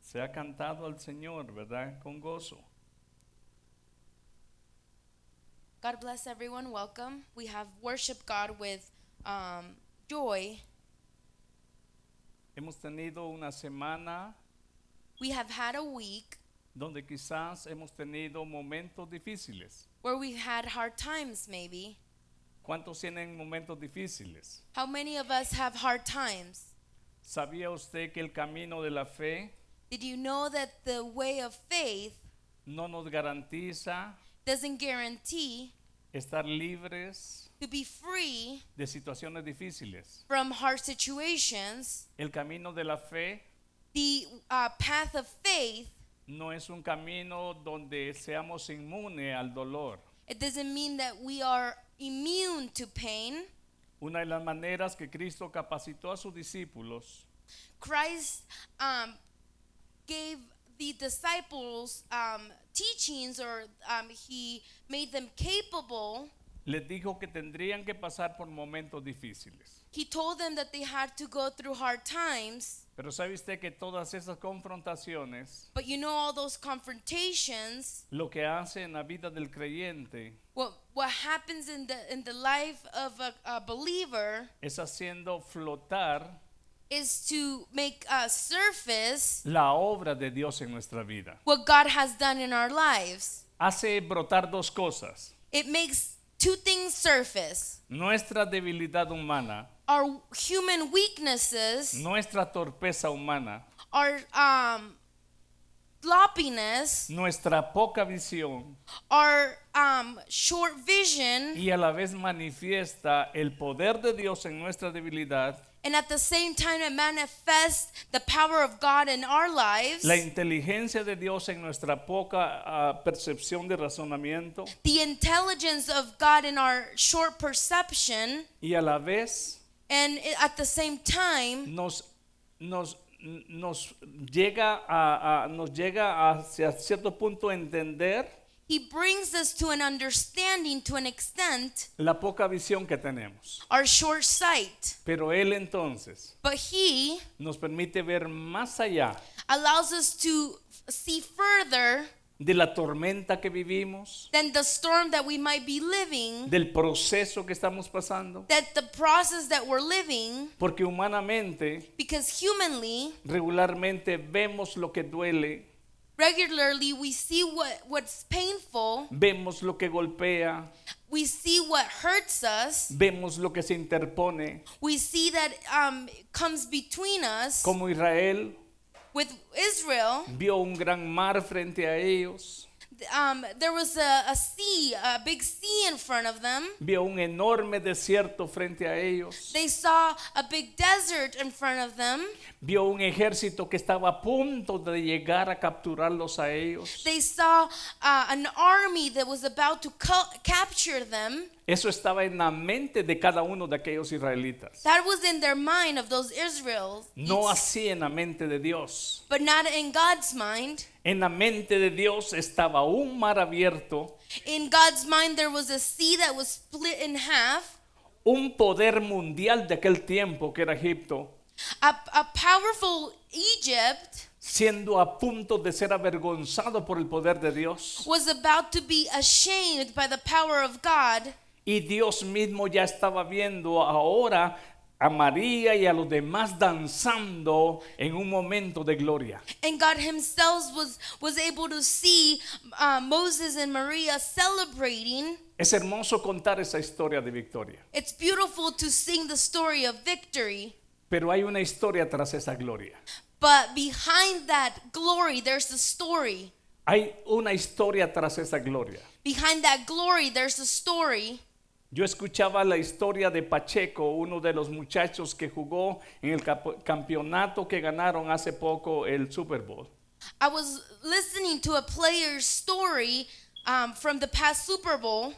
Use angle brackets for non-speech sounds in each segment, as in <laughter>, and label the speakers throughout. Speaker 1: se ha cantado al Señor, ¿verdad? Con gozo.
Speaker 2: God bless everyone. Welcome. We have worshiped God with um, joy.
Speaker 1: Hemos tenido una semana
Speaker 2: We have had a week
Speaker 1: donde quizás hemos tenido momentos difíciles.
Speaker 2: where we've had hard times, maybe.
Speaker 1: ¿Cuántos tienen momentos difíciles?
Speaker 2: How many of us have hard times?
Speaker 1: ¿Sabía usted que el camino de la fe
Speaker 2: Did you know that the way of faith
Speaker 1: no nos garantiza
Speaker 2: doesn't guarantee
Speaker 1: estar libres
Speaker 2: to be free
Speaker 1: de situaciones difíciles?
Speaker 2: from hard situations?
Speaker 1: El camino de la fe
Speaker 2: The uh, path of faith,
Speaker 1: no es un camino donde seamos inmunes al dolor.
Speaker 2: it doesn't mean that we are immune to pain.
Speaker 1: Una de las maneras que Cristo capacitó a sus discípulos
Speaker 2: Christ um, gave the disciples um, teachings, or um, he made them capable.
Speaker 1: les dijo que tendrían que pasar por momentos difíciles.
Speaker 2: He told them that they had to go through hard times.
Speaker 1: Pero sabe usted que todas esas confrontaciones
Speaker 2: But you know, all those confrontations,
Speaker 1: lo que hace en la vida del creyente
Speaker 2: what, what happens in the, in the life of a, a believer
Speaker 1: es haciendo flotar
Speaker 2: is to make uh, surface
Speaker 1: la obra de Dios en nuestra vida.
Speaker 2: what God has done in our lives.
Speaker 1: Hace brotar dos cosas,
Speaker 2: It makes two things surface
Speaker 1: nuestra debilidad humana,
Speaker 2: our human weaknesses.
Speaker 1: nuestra torpeza humana,
Speaker 2: our um, sloppiness,
Speaker 1: nuestra poca visión
Speaker 2: our um, short vision,
Speaker 1: y a la vez manifiesta el poder de Dios en nuestra debilidad,
Speaker 2: and at the same time, it manifests the power of God in our lives,
Speaker 1: la inteligencia de Dios en nuestra poca ah, percepción de razonamiento
Speaker 2: the intelligence of God in our short perception,
Speaker 1: y a la vez
Speaker 2: and i- at the same time,
Speaker 1: nos, nos, nos llega, a, a- nos llega hacia cierto punto a entender
Speaker 2: He brings us to an understanding to an extent,
Speaker 1: la poca visión que tenemos.
Speaker 2: our short sight.
Speaker 1: Pero Él entonces
Speaker 2: But He
Speaker 1: nos permite ver más allá
Speaker 2: allows us to f- see further
Speaker 1: de la tormenta que vivimos,
Speaker 2: than the storm that we might be living.
Speaker 1: del proceso que estamos pasando,
Speaker 2: that the process that we're living,
Speaker 1: porque humanamente,
Speaker 2: because humanly,
Speaker 1: regularmente vemos lo que duele,
Speaker 2: regularly we see what, what's painful,
Speaker 1: vemos lo que golpea,
Speaker 2: we see what hurts us,
Speaker 1: vemos lo que se interpone,
Speaker 2: we see that um, comes between us
Speaker 1: como Israel
Speaker 2: with Israel.
Speaker 1: vio un gran mar frente a ellos,
Speaker 2: Um, there was a, a sea, a big sea in front of them.
Speaker 1: vio un enorme desierto frente a ellos,
Speaker 2: They saw a big desert in front of them.
Speaker 1: vio un ejército que estaba a punto de llegar a capturarlos a ellos.
Speaker 2: They saw uh, an army that was about to cu- capture them.
Speaker 1: Eso estaba en la mente de cada uno de aquellos israelitas,
Speaker 2: That was in their mind of those Israels.
Speaker 1: no así en la mente de Dios.
Speaker 2: But not in God's mind.
Speaker 1: En la mente de Dios estaba un mar abierto,
Speaker 2: In God's mind, there was a sea that was split in half,
Speaker 1: un poder mundial de aquel tiempo que era Egipto,
Speaker 2: a, a powerful Egypt
Speaker 1: siendo a punto de ser avergonzado por el poder de Dios.
Speaker 2: was about to be ashamed by the power of God.
Speaker 1: Y Dios mismo ya estaba viendo ahora a María y a los demás danzando en un momento de gloria.
Speaker 2: And God Himself was, was able to see uh, Moses and Maria celebrating.
Speaker 1: Es hermoso contar esa historia de victoria,
Speaker 2: It's beautiful to sing the story of victory,
Speaker 1: pero hay una historia tras esa gloria.
Speaker 2: but behind that glory, there's a story.
Speaker 1: Hay una historia tras esa gloria.
Speaker 2: Behind that glory, there's a story.
Speaker 1: Yo escuchaba la historia de Pacheco, uno de los muchachos que jugó en el capo- campeonato que ganaron hace poco el Super Bowl.
Speaker 2: I was listening to a player's story um, from the past Super Bowl.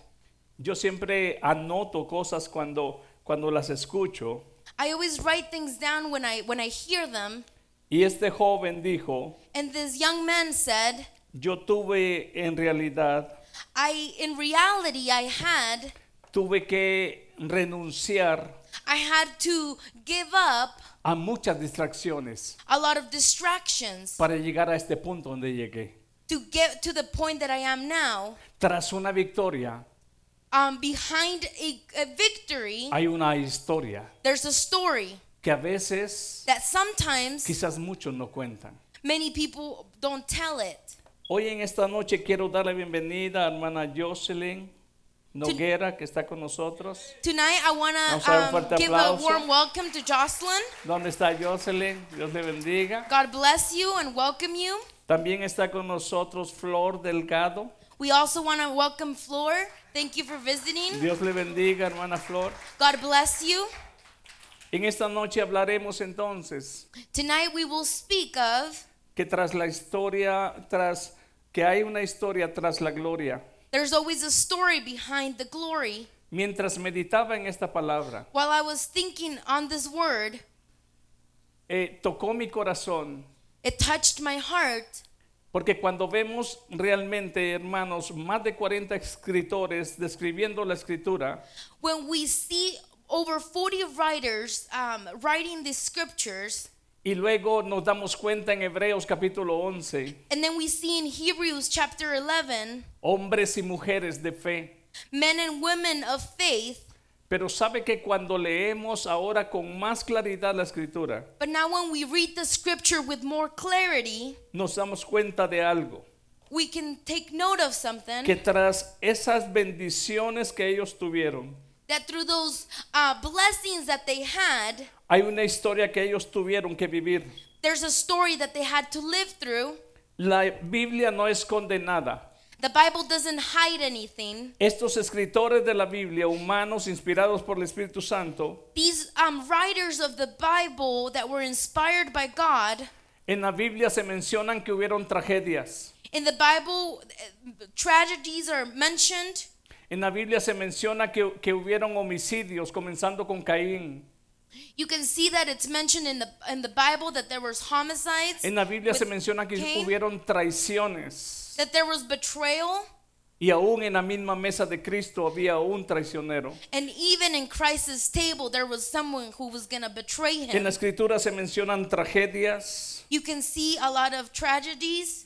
Speaker 1: Yo siempre anoto cosas cuando, cuando las escucho.
Speaker 2: I always write things down when I when I hear them.
Speaker 1: Y este joven dijo,
Speaker 2: And this young man said,
Speaker 1: yo tuve en realidad,
Speaker 2: "I in reality I had
Speaker 1: tuve que renunciar
Speaker 2: I had to give up
Speaker 1: a muchas distracciones
Speaker 2: a lot of distractions
Speaker 1: para llegar a este punto donde llegué.
Speaker 2: to get to the point that I am now.
Speaker 1: Tras una victoria
Speaker 2: Um, behind a, a victory,
Speaker 1: hay una historia
Speaker 2: there's a story
Speaker 1: que a veces
Speaker 2: that sometimes
Speaker 1: quizás muchos no cuentan.
Speaker 2: many people don't tell it.
Speaker 1: Hoy en esta noche quiero darle bienvenida a hermana Jocelyn Noguera que está con nosotros.
Speaker 2: Tonight, I
Speaker 1: Vamos a dar un
Speaker 2: want to
Speaker 1: fuerte
Speaker 2: give a
Speaker 1: aplauso.
Speaker 2: warm welcome to Jocelyn.
Speaker 1: ¿Dónde está Jocelyn? Dios le bendiga.
Speaker 2: God bless you and welcome you.
Speaker 1: También está con nosotros Flor Delgado.
Speaker 2: We also want to welcome Floor. Thank you for visiting.
Speaker 1: Dios le bendiga, hermana Flor.
Speaker 2: God bless you.
Speaker 1: En esta noche hablaremos entonces
Speaker 2: Tonight, we will speak of
Speaker 1: que tras la historia, tras que hay una historia tras la gloria.
Speaker 2: there's always a story behind the glory.
Speaker 1: Mientras meditaba en esta palabra,
Speaker 2: While I was thinking on this word,
Speaker 1: eh, tocó mi corazón,
Speaker 2: it touched my heart
Speaker 1: porque cuando vemos realmente, hermanos, más de 40 escritores describiendo la escritura,
Speaker 2: when we see over 40 writers um, writing these scriptures,
Speaker 1: y luego nos damos cuenta en Hebreos capítulo 11,
Speaker 2: and then we see in Hebrews chapter 11
Speaker 1: hombres y mujeres de fe.
Speaker 2: men and women of faith.
Speaker 1: Pero sabe que cuando leemos ahora con más claridad la escritura,
Speaker 2: But now, when we read the scripture with more clarity,
Speaker 1: nos damos cuenta de algo,
Speaker 2: we can take note of something
Speaker 1: que tras esas bendiciones que ellos tuvieron,
Speaker 2: that through those uh, blessings that they had,
Speaker 1: hay una historia que ellos tuvieron que vivir.
Speaker 2: there's a story that they had to live through.
Speaker 1: La Biblia no es condenada.
Speaker 2: The Bible doesn't hide anything.
Speaker 1: Estos escritores de la Biblia, humanos inspirados por el Espíritu Santo,
Speaker 2: These um, writers of the Bible that were inspired by God,
Speaker 1: en la Biblia se mencionan que hubieron tragedias.
Speaker 2: in the Bible, eh, tragedies are mentioned.
Speaker 1: En la Biblia se menciona que, que hubieron homicidios, comenzando con Caín.
Speaker 2: You can see that it's mentioned in the in the Bible that there was homicides,
Speaker 1: En la Biblia se
Speaker 2: with
Speaker 1: menciona que
Speaker 2: Cain,
Speaker 1: hubieron traiciones.
Speaker 2: that there was betrayal,
Speaker 1: Y aún en la misma mesa de Cristo había un traicionero.
Speaker 2: and even in Christ's table there was someone who was gonna betray
Speaker 1: En
Speaker 2: him.
Speaker 1: la escritura se mencionan tragedias,
Speaker 2: You can see a lot of tragedies,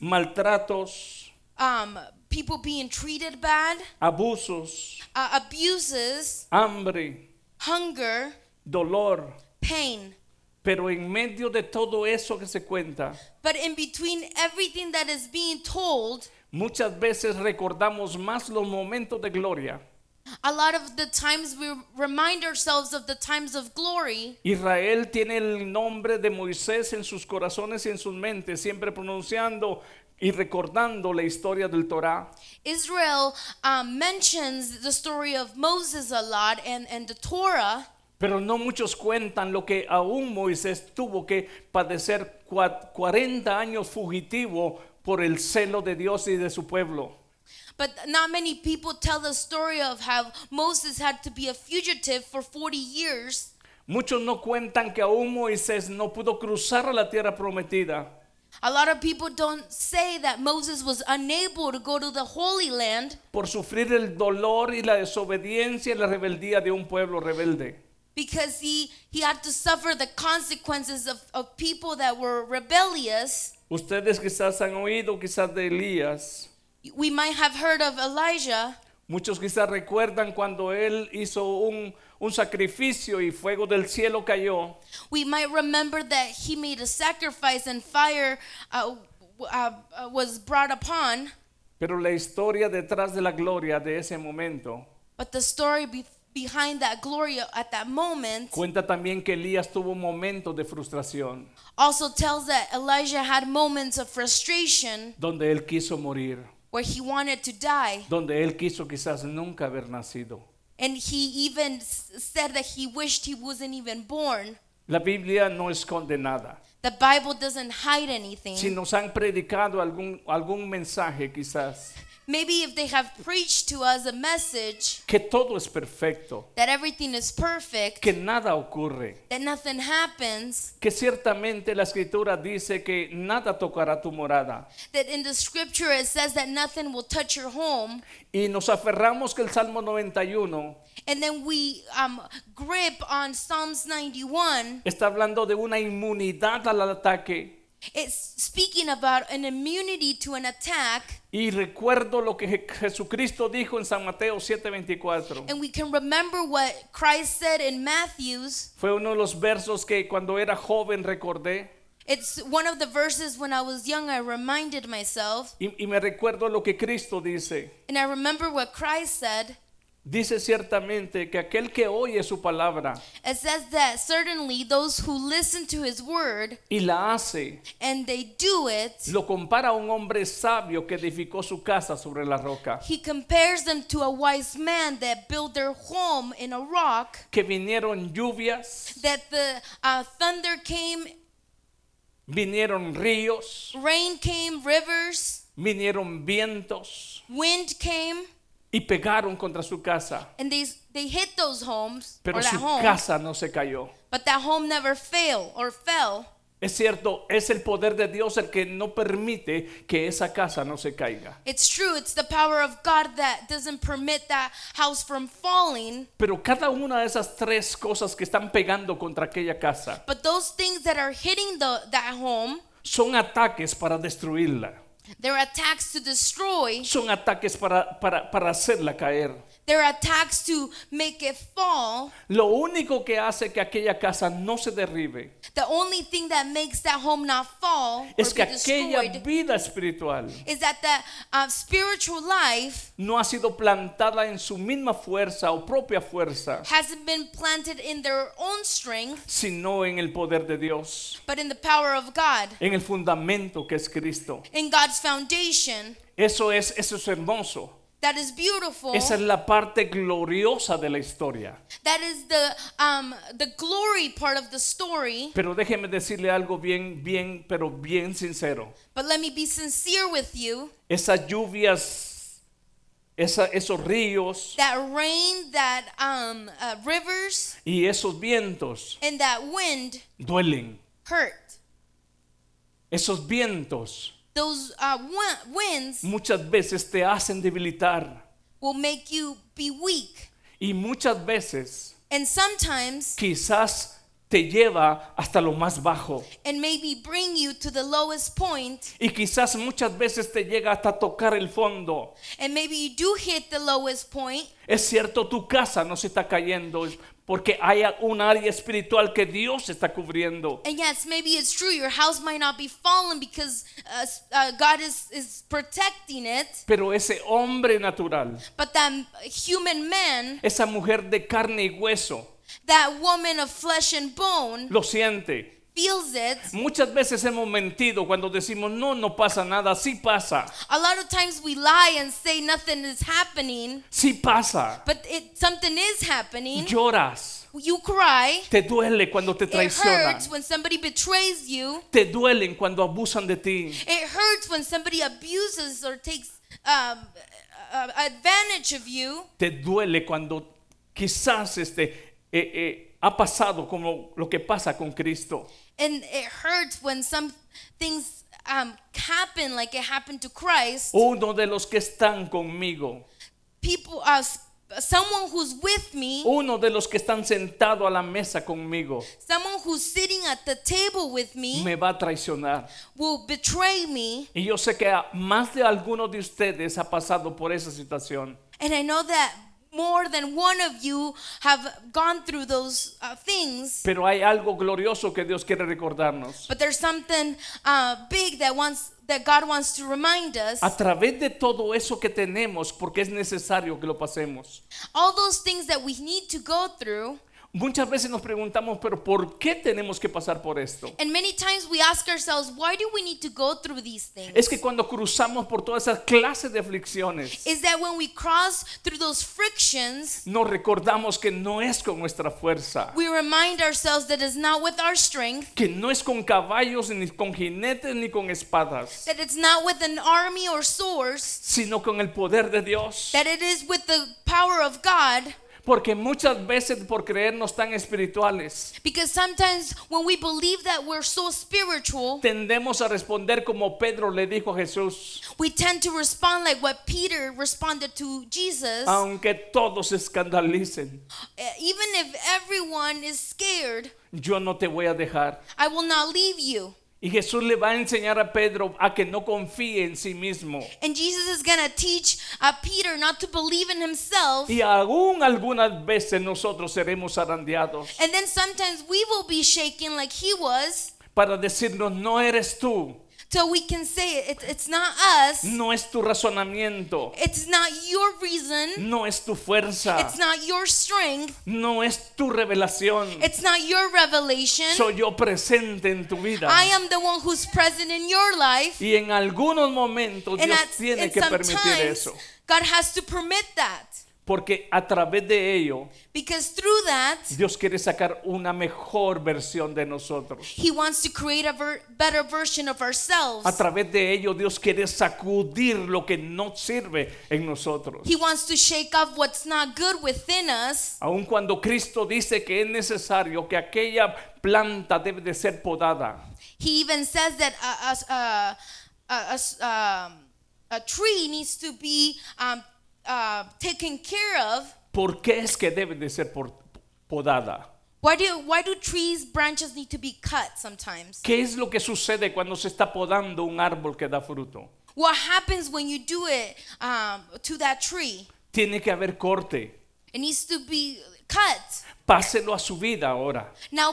Speaker 1: maltratos,
Speaker 2: um, people being treated bad,
Speaker 1: abusos,
Speaker 2: uh, abuses,
Speaker 1: hambre,
Speaker 2: hunger,
Speaker 1: dolor.
Speaker 2: pain.
Speaker 1: Pero en medio de todo eso que se cuenta,
Speaker 2: But in between everything that is being told,
Speaker 1: muchas veces recordamos más los momentos de gloria.
Speaker 2: a lot of the times we remind ourselves of the times of glory.
Speaker 1: Israel tiene el nombre de Moisés en sus corazones y en sus mentes, siempre pronunciando y recordando la historia del Torá.
Speaker 2: Israel um, mentions the story of Moses a lot and, and the Torah,
Speaker 1: Pero no muchos cuentan lo que aún Moisés tuvo que padecer cua- 40 años fugitivo por el celo de Dios y de su pueblo.
Speaker 2: but not many people tell the story of how Moses had to be a fugitive for 40 years.
Speaker 1: Muchos no cuentan que aún Moisés no pudo cruzar a la tierra prometida
Speaker 2: A lot of people don't say that Moses was unable to go to the Holy Land
Speaker 1: por sufrir el dolor y la desobediencia y la rebeldía de un pueblo rebelde.
Speaker 2: because he, he had to suffer the consequences of, of people that were rebellious.
Speaker 1: Ustedes quizás han oído quizás de Elías.
Speaker 2: We might have heard of Elijah.
Speaker 1: Muchos quizás recuerdan cuando él hizo un, un sacrificio y fuego del cielo cayó.
Speaker 2: We might remember that he made a sacrifice and fire uh, w- uh, uh, was brought upon,
Speaker 1: Pero la historia detrás de la gloria de ese momento
Speaker 2: but the story be- behind that glory at that moment
Speaker 1: cuenta también que Elías tuvo momentos de frustración
Speaker 2: also tells that Elijah had moments of frustration
Speaker 1: donde él quiso morir,
Speaker 2: where he wanted to die,
Speaker 1: donde él quiso quizás nunca haber nacido.
Speaker 2: and he even s- said that he wished he wasn't even born.
Speaker 1: La Biblia no es condenada.
Speaker 2: The Bible doesn't hide anything.
Speaker 1: Si nos han predicado algún, algún mensaje quizás
Speaker 2: Maybe if they have preached to us a message
Speaker 1: que todo es perfecto,
Speaker 2: that everything is perfect,
Speaker 1: que nada ocurre,
Speaker 2: that nothing happens,
Speaker 1: que ciertamente la escritura dice que nada tocará tu morada.
Speaker 2: that in the scripture it says that nothing will touch your home,
Speaker 1: Y nos aferramos que el Salmo 91
Speaker 2: and then we um, grip on Psalms 91,
Speaker 1: está hablando de una inmunidad al ataque.
Speaker 2: it's speaking about an immunity to an attack,
Speaker 1: Y recuerdo lo que Je- Jesucristo dijo en San Mateo 7:24.
Speaker 2: and we can remember what Christ said in Matthew's.
Speaker 1: Fue uno de los versos que cuando era joven recordé.
Speaker 2: It's one of the verses when I was young, I reminded myself,
Speaker 1: Y, y me recuerdo lo que Cristo dice.
Speaker 2: and I remember what Christ said.
Speaker 1: Dice ciertamente que aquel que oye su palabra
Speaker 2: It says that certainly those who listen to his word
Speaker 1: y la hace,
Speaker 2: and they do it,
Speaker 1: lo compara a un hombre sabio que edificó su casa sobre la roca.
Speaker 2: he compares them to a wise man that built their home in a rock,
Speaker 1: Que vinieron lluvias,
Speaker 2: that the uh, thunder came,
Speaker 1: vinieron ríos,
Speaker 2: rain came, rivers,
Speaker 1: vinieron vientos
Speaker 2: wind came,
Speaker 1: y pegaron contra su casa.
Speaker 2: and they, they hit those homes,
Speaker 1: Pero
Speaker 2: or that
Speaker 1: su
Speaker 2: home,
Speaker 1: casa no se cayó.
Speaker 2: but that home never failed or fell.
Speaker 1: Es cierto, es el poder de Dios el que no permite que esa casa no se caiga.
Speaker 2: It's true, it's the power of God that doesn't permit that house from falling.
Speaker 1: Pero cada una de esas tres cosas que están pegando contra aquella casa
Speaker 2: But those things that are hitting the, that home,
Speaker 1: son ataques para destruirla,
Speaker 2: Their attacks to destroy.
Speaker 1: son ataques para, para, para hacerla caer.
Speaker 2: Their attacks to make it fall.
Speaker 1: Lo único que hace que aquella casa no se derribe
Speaker 2: The only thing that makes that home not fall or
Speaker 1: es que
Speaker 2: be
Speaker 1: aquella
Speaker 2: destroyed
Speaker 1: vida espiritual
Speaker 2: is that the uh, spiritual life
Speaker 1: no ha sido plantada en su misma fuerza o propia fuerza,
Speaker 2: hasn't been planted in their own strength,
Speaker 1: sino en el poder de Dios,
Speaker 2: but in the power of God,
Speaker 1: en el fundamento que es Cristo.
Speaker 2: in God's foundation.
Speaker 1: Eso es, eso es hermoso.
Speaker 2: That is beautiful.
Speaker 1: Esa es la parte gloriosa de la historia.
Speaker 2: That is the um, the glory part of the story.
Speaker 1: Pero déjeme decirle algo bien, bien, pero bien sincero.
Speaker 2: But let me be sincere with you.
Speaker 1: Esas lluvias, esa- esos ríos
Speaker 2: That rain, that um, uh, rivers,
Speaker 1: y esos vientos
Speaker 2: and that wind
Speaker 1: duelen.
Speaker 2: hurt.
Speaker 1: Esos vientos
Speaker 2: Those uh, wi- winds
Speaker 1: muchas veces te hacen debilitar
Speaker 2: will make you be weak.
Speaker 1: y muchas veces
Speaker 2: And sometimes,
Speaker 1: quizás te lleva hasta lo más bajo
Speaker 2: and maybe bring you to the lowest point,
Speaker 1: y quizás muchas veces te llega hasta tocar el fondo.
Speaker 2: and maybe you do hit the lowest point.
Speaker 1: Es cierto, tu casa no se está cayendo es porque hay un área espiritual que Dios está cubriendo.
Speaker 2: And yes, maybe it's true, your house might not be fallen because uh, s- uh, God is, is protecting it.
Speaker 1: Pero ese hombre natural,
Speaker 2: But that m- human man,
Speaker 1: esa mujer de carne y hueso,
Speaker 2: that woman of flesh and bone,
Speaker 1: lo siente.
Speaker 2: feels it.
Speaker 1: Muchas veces hemos mentido cuando decimos, no, no pasa nada, sí pasa,
Speaker 2: A lot of times we lie and say nothing is happening,
Speaker 1: sí pasa.
Speaker 2: but it something is happening.
Speaker 1: Lloras,
Speaker 2: You cry.
Speaker 1: te duele cuando te
Speaker 2: It
Speaker 1: traicionan,
Speaker 2: hurts when somebody betrays you.
Speaker 1: te duelen cuando abusan de ti,
Speaker 2: It hurts when somebody abuses or takes um, uh, advantage of you.
Speaker 1: te duele cuando quizás este, eh, eh, ha pasado como lo que pasa con Cristo.
Speaker 2: And it hurts when some things um, happen, like it happened to Christ.
Speaker 1: uno de los que están conmigo,
Speaker 2: People, uh, s- someone who's with me,
Speaker 1: uno de los que están sentado a la mesa conmigo,
Speaker 2: someone who's sitting at the table with me,
Speaker 1: me va a traicionar.
Speaker 2: will betray me.
Speaker 1: Y yo sé que a más de alguno de ustedes ha pasado por esa situación.
Speaker 2: And I know that more than one of you have gone through those uh, things.
Speaker 1: Pero hay algo glorioso que Dios quiere recordarnos.
Speaker 2: But there's something uh, big that wants that God wants to remind us.
Speaker 1: A través de todo eso que tenemos, porque es necesario que lo pasemos.
Speaker 2: All those things that we need to go through,
Speaker 1: Muchas veces nos preguntamos, pero ¿por qué tenemos que pasar por esto?
Speaker 2: And many times we ask ourselves, why do we need to go through these things?
Speaker 1: Es que cuando cruzamos por todas esas clases de aflicciones,
Speaker 2: Is that when we cross through those frictions,
Speaker 1: nos recordamos que no es con nuestra fuerza,
Speaker 2: we remind ourselves that it's not with our strength,
Speaker 1: que no es con caballos, ni con jinetes, ni con espadas,
Speaker 2: that it's not with an army or swords,
Speaker 1: sino con el poder de Dios.
Speaker 2: that it is with the power of God.
Speaker 1: Porque muchas veces por creernos tan espirituales,
Speaker 2: Because sometimes when we believe that we're so spiritual,
Speaker 1: tendemos a responder como Pedro le dijo a Jesús,
Speaker 2: we tend to respond like what Peter responded to Jesus.
Speaker 1: aunque todos se escandalicen,
Speaker 2: "Eh, Even if everyone is scared,
Speaker 1: yo no te voy a dejar.
Speaker 2: I will not leave you.
Speaker 1: Y Jesús le va a enseñar a Pedro a que no confíe en sí mismo.
Speaker 2: And Jesus is going to teach uh, Peter not to believe in himself.
Speaker 1: Y aún algunas veces nosotros seremos zarandeados
Speaker 2: And then sometimes we will be shaken like he was
Speaker 1: para decirnos, no eres tú,
Speaker 2: till we can say it, it's not us.
Speaker 1: no es tu razonamiento,
Speaker 2: It's not your reason.
Speaker 1: no es tu fuerza,
Speaker 2: It's not your strength.
Speaker 1: no es tu revelación.
Speaker 2: It's not your revelation.
Speaker 1: Soy yo presente en tu vida.
Speaker 2: I am the one who's present in your life.
Speaker 1: Y en algunos momentos
Speaker 2: And,
Speaker 1: Oh, Dios
Speaker 2: at,
Speaker 1: tiene
Speaker 2: and
Speaker 1: que permitir
Speaker 2: sometimes
Speaker 1: eso.
Speaker 2: God has to permit that.
Speaker 1: Porque a través de ello,
Speaker 2: Because through that,
Speaker 1: Dios quiere sacar una mejor versión de nosotros.
Speaker 2: He wants to create a ver- better version of
Speaker 1: A
Speaker 2: ourselves.
Speaker 1: través de ello, Dios quiere sacudir lo que no sirve en nosotros.
Speaker 2: He wants to shake off what's not good within us.
Speaker 1: Aun cuando Cristo dice que es necesario que aquella planta debe de ser podada,
Speaker 2: He even says that a, a, a, a- a s- um, a tree needs to be um, uh, taken care of.
Speaker 1: ¿por qué es que debe de ser por- podada?
Speaker 2: Why do, why do trees, branches need to be cut sometimes?
Speaker 1: ¿Qué es lo que sucede cuando se está podando un árbol que da fruto?
Speaker 2: What happens when you do it um, to that tree?
Speaker 1: Tiene que haber corte.
Speaker 2: It needs to be cut.
Speaker 1: Páselo a su vida ahora.
Speaker 2: Now,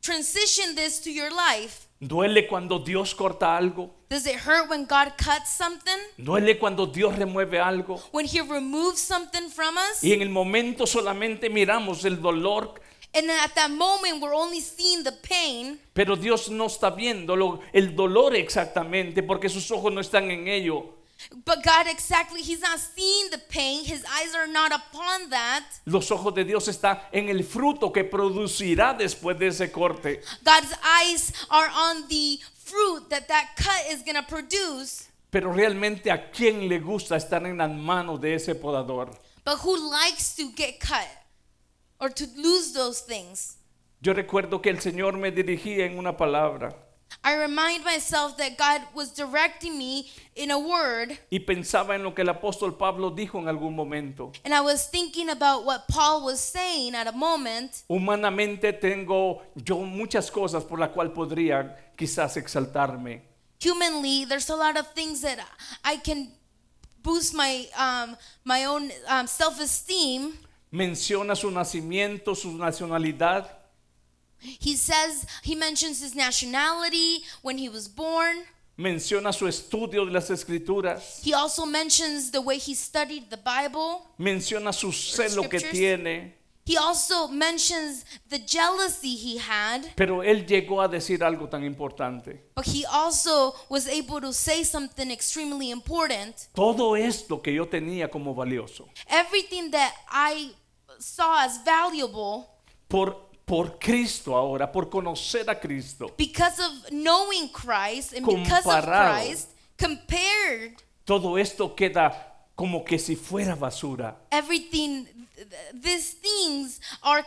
Speaker 2: transition this to your life.
Speaker 1: Duele cuando Dios corta algo.
Speaker 2: Does it hurt when God cuts something?
Speaker 1: Duele cuando Dios remueve algo.
Speaker 2: When He removes something from us?
Speaker 1: Y en el momento solamente miramos el dolor,
Speaker 2: And then at that moment, we're only seeing the pain,
Speaker 1: pero Dios no está viendo lo- el dolor exactamente porque sus ojos no están en ello.
Speaker 2: but God exactly, He's not seeing the pain. His eyes are not upon that.
Speaker 1: Los ojos de Dios están en el fruto que producirá después de ese corte.
Speaker 2: God's eyes are on the fruit that that cut is going to produce.
Speaker 1: Pero realmente a quién le gusta estar en las manos de ese podador.
Speaker 2: But who likes to get cut or to lose those things?
Speaker 1: Yo recuerdo que el Señor me dirigía en una palabra
Speaker 2: I remind myself that God was directing me in a word,
Speaker 1: y pensaba en lo que el apóstol Pablo dijo en algún momento.
Speaker 2: and I was thinking about what Paul was saying at a moment.
Speaker 1: Humanamente tengo yo muchas cosas por las cuales podría quizás exaltarme.
Speaker 2: Humanly, there's a lot of things that I can boost my um, my own um, self-esteem.
Speaker 1: Menciona su nacimiento, su nacionalidad,
Speaker 2: He says he mentions his nationality when he was born.
Speaker 1: menciona su estudio de las escrituras,
Speaker 2: He also mentions the way he studied the Bible.
Speaker 1: menciona su celo que
Speaker 2: scriptures.
Speaker 1: tiene,
Speaker 2: He also mentions the jealousy he had,
Speaker 1: pero él llegó a decir algo tan importante.
Speaker 2: but he also was able to say something extremely important.
Speaker 1: Todo esto que yo tenía como valioso,
Speaker 2: Everything that I saw as valuable
Speaker 1: por, por Cristo ahora, por conocer a Cristo,
Speaker 2: because of knowing Christ and because of
Speaker 1: Comparado.
Speaker 2: Christ, compared
Speaker 1: todo esto queda como que si fuera basura.
Speaker 2: everything th- th- these things are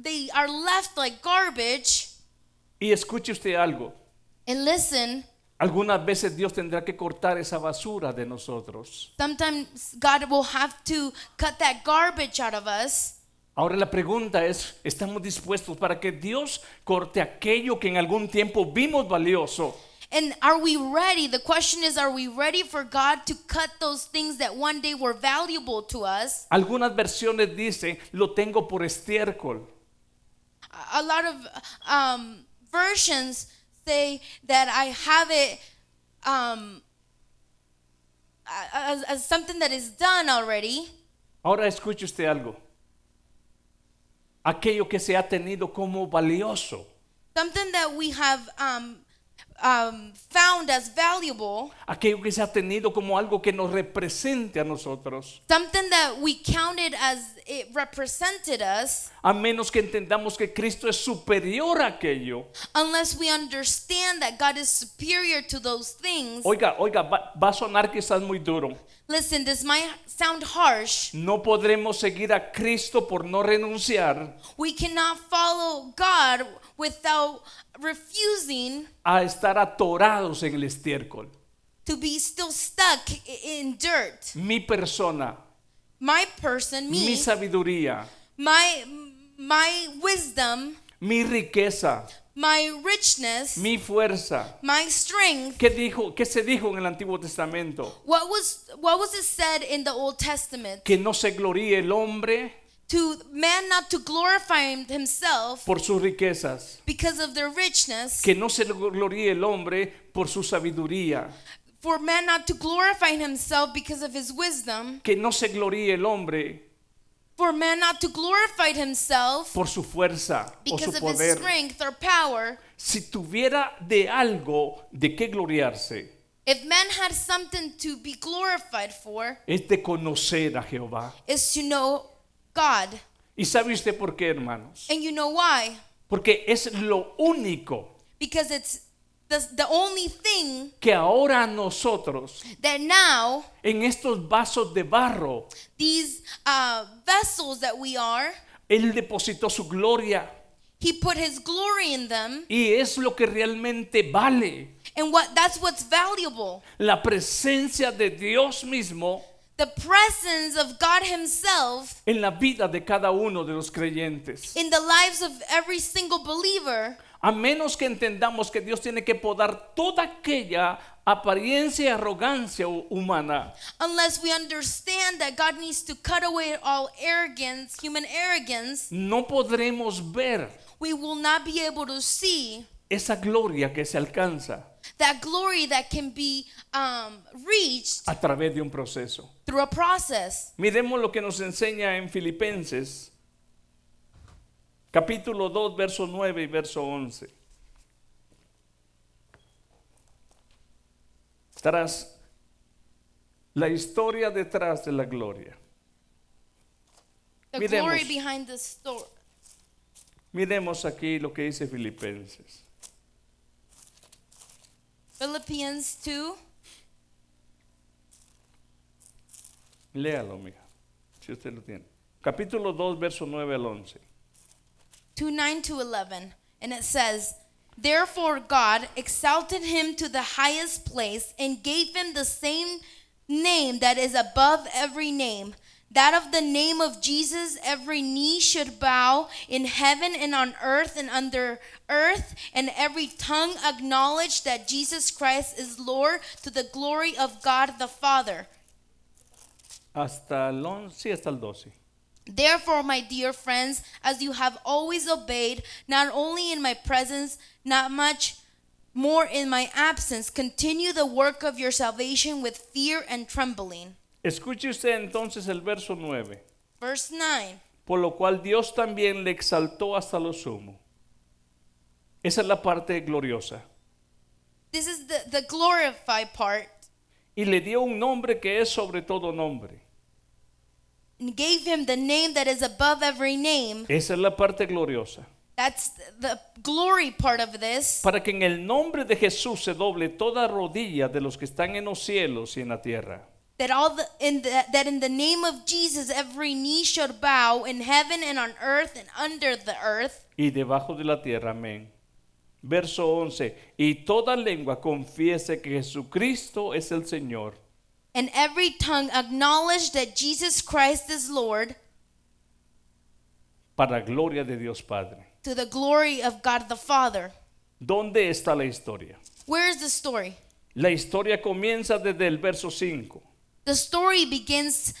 Speaker 2: they are left like garbage
Speaker 1: Y escuche usted algo,
Speaker 2: and listen
Speaker 1: algunas veces Dios tendrá que cortar esa basura de nosotros.
Speaker 2: sometimes god will have to cut that garbage out of us
Speaker 1: Ahora la pregunta es, ¿estamos dispuestos para que Dios corte aquello que en algún tiempo vimos valioso?
Speaker 2: and are we ready the question is are we ready for god to cut those things that one day were valuable to us
Speaker 1: Algunas versiones dicen, lo tengo por estiércol.
Speaker 2: A- a lot of um, versions say that i have it um, a- as, as something that is done already
Speaker 1: Ahora escuche usted algo. aquello que se ha tenido como valioso,
Speaker 2: something that we have um, um, found as valuable,
Speaker 1: aquello que se ha tenido como algo que nos represente a nosotros,
Speaker 2: something that we counted as it represented us,
Speaker 1: a menos que entendamos que Cristo es superior a aquello.
Speaker 2: unless we understand that God is superior to those things.
Speaker 1: Oiga, oiga, va, va a sonar quizás muy duro.
Speaker 2: Listen, this might sound harsh.
Speaker 1: No podremos seguir a Cristo por no renunciar
Speaker 2: We cannot follow God without refusing
Speaker 1: a estar atorados en el estiércol.
Speaker 2: to be still stuck i- in dirt.
Speaker 1: Mi persona,
Speaker 2: My person,
Speaker 1: mi
Speaker 2: me,
Speaker 1: sabiduría,
Speaker 2: my my wisdom,
Speaker 1: mi riqueza,
Speaker 2: my richness,
Speaker 1: mi fuerza.
Speaker 2: my strength.
Speaker 1: ¿Qué, dijo, ¿Qué se dijo en el Antiguo Testamento?
Speaker 2: What was what was it said in the Old Testament?
Speaker 1: Que no se gloríe el hombre
Speaker 2: To man not to glorify him- himself
Speaker 1: por sus riquezas,
Speaker 2: because of their richness,
Speaker 1: que no se gloríe el hombre por su sabiduría,
Speaker 2: for man not to glorify himself because of his wisdom,
Speaker 1: que no se gloríe el hombre
Speaker 2: for man not to glorify himself
Speaker 1: por su fuerza o
Speaker 2: because
Speaker 1: su
Speaker 2: of his
Speaker 1: poder.
Speaker 2: strength or power.
Speaker 1: Si tuviera de algo de qué gloriarse,
Speaker 2: If man had something to be glorified for,
Speaker 1: es de conocer a Jehová.
Speaker 2: is to know God.
Speaker 1: ¿Y sabe usted por qué, hermanos?
Speaker 2: And you know why?
Speaker 1: Porque es lo único
Speaker 2: Because it's the, the only thing
Speaker 1: que ahora a nosotros,
Speaker 2: that now
Speaker 1: en estos vasos de barro,
Speaker 2: these uh, vessels that we are,
Speaker 1: Él depositó su gloria
Speaker 2: He put His glory in them,
Speaker 1: y es lo que realmente vale.
Speaker 2: and what that's what's valuable.
Speaker 1: La presencia de Dios mismo
Speaker 2: The presence of God Himself
Speaker 1: en la vida de cada uno de los creyentes.
Speaker 2: in the lives of every single believer.
Speaker 1: A menos que entendamos que Dios tiene que podar toda aquella apariencia y arrogancia hu- humana,
Speaker 2: Unless we understand that God needs to cut away all arrogance, human arrogance,
Speaker 1: no podremos ver
Speaker 2: we will not be able to see
Speaker 1: esa gloria que se alcanza
Speaker 2: that glory that can be um, reached
Speaker 1: a través de un proceso.
Speaker 2: through a process.
Speaker 1: Miremos lo que nos enseña en Filipenses, capítulo 2, verso 9 y verso 11. Tras la historia detrás de la gloria.
Speaker 2: The
Speaker 1: Miremos.
Speaker 2: glory behind the story.
Speaker 1: Miremos aquí lo que dice Filipenses.
Speaker 2: Philippians 2.
Speaker 1: Léalo, mija, si usted lo tiene. Capítulo 2, verso 9 al 11.
Speaker 2: 2 9 to 11. And it says, Therefore God exalted him to the highest place and gave him the same name that is above every name. That of the name of Jesus, every knee should bow in heaven and on earth and under earth, and every tongue acknowledge that Jesus Christ is Lord to the glory of God the Father.
Speaker 1: Hasta el 11, sí, hasta el 12.
Speaker 2: Therefore, my dear friends, as you have always obeyed, not only in my presence, not much more in my absence, continue the work of your salvation with fear and trembling.
Speaker 1: Escuche usted entonces el verso 9.
Speaker 2: Verse 9.
Speaker 1: por lo cual Dios también le exaltó hasta lo sumo. Esa es la parte gloriosa.
Speaker 2: This is the, the glorified part.
Speaker 1: Y le dio un nombre que es sobre todo nombre.
Speaker 2: And gave him the name that is above every name.
Speaker 1: Esa es la parte gloriosa.
Speaker 2: That's the glory part of this.
Speaker 1: Para que en el nombre de Jesús se doble toda rodilla de los que están en los cielos y en la tierra.
Speaker 2: That all the, in the, that in the name of Jesus every knee should bow in heaven and on earth and under the earth.
Speaker 1: y debajo de la tierra. Amén. Verso 11. Y toda lengua confiese que Jesucristo es el Señor
Speaker 2: and every tongue acknowledge that Jesus Christ is Lord
Speaker 1: para gloria de Dios Padre.
Speaker 2: to the glory of God the Father.
Speaker 1: ¿Dónde está la historia?
Speaker 2: Where is the story?
Speaker 1: La historia comienza desde el verso 5.
Speaker 2: The story begins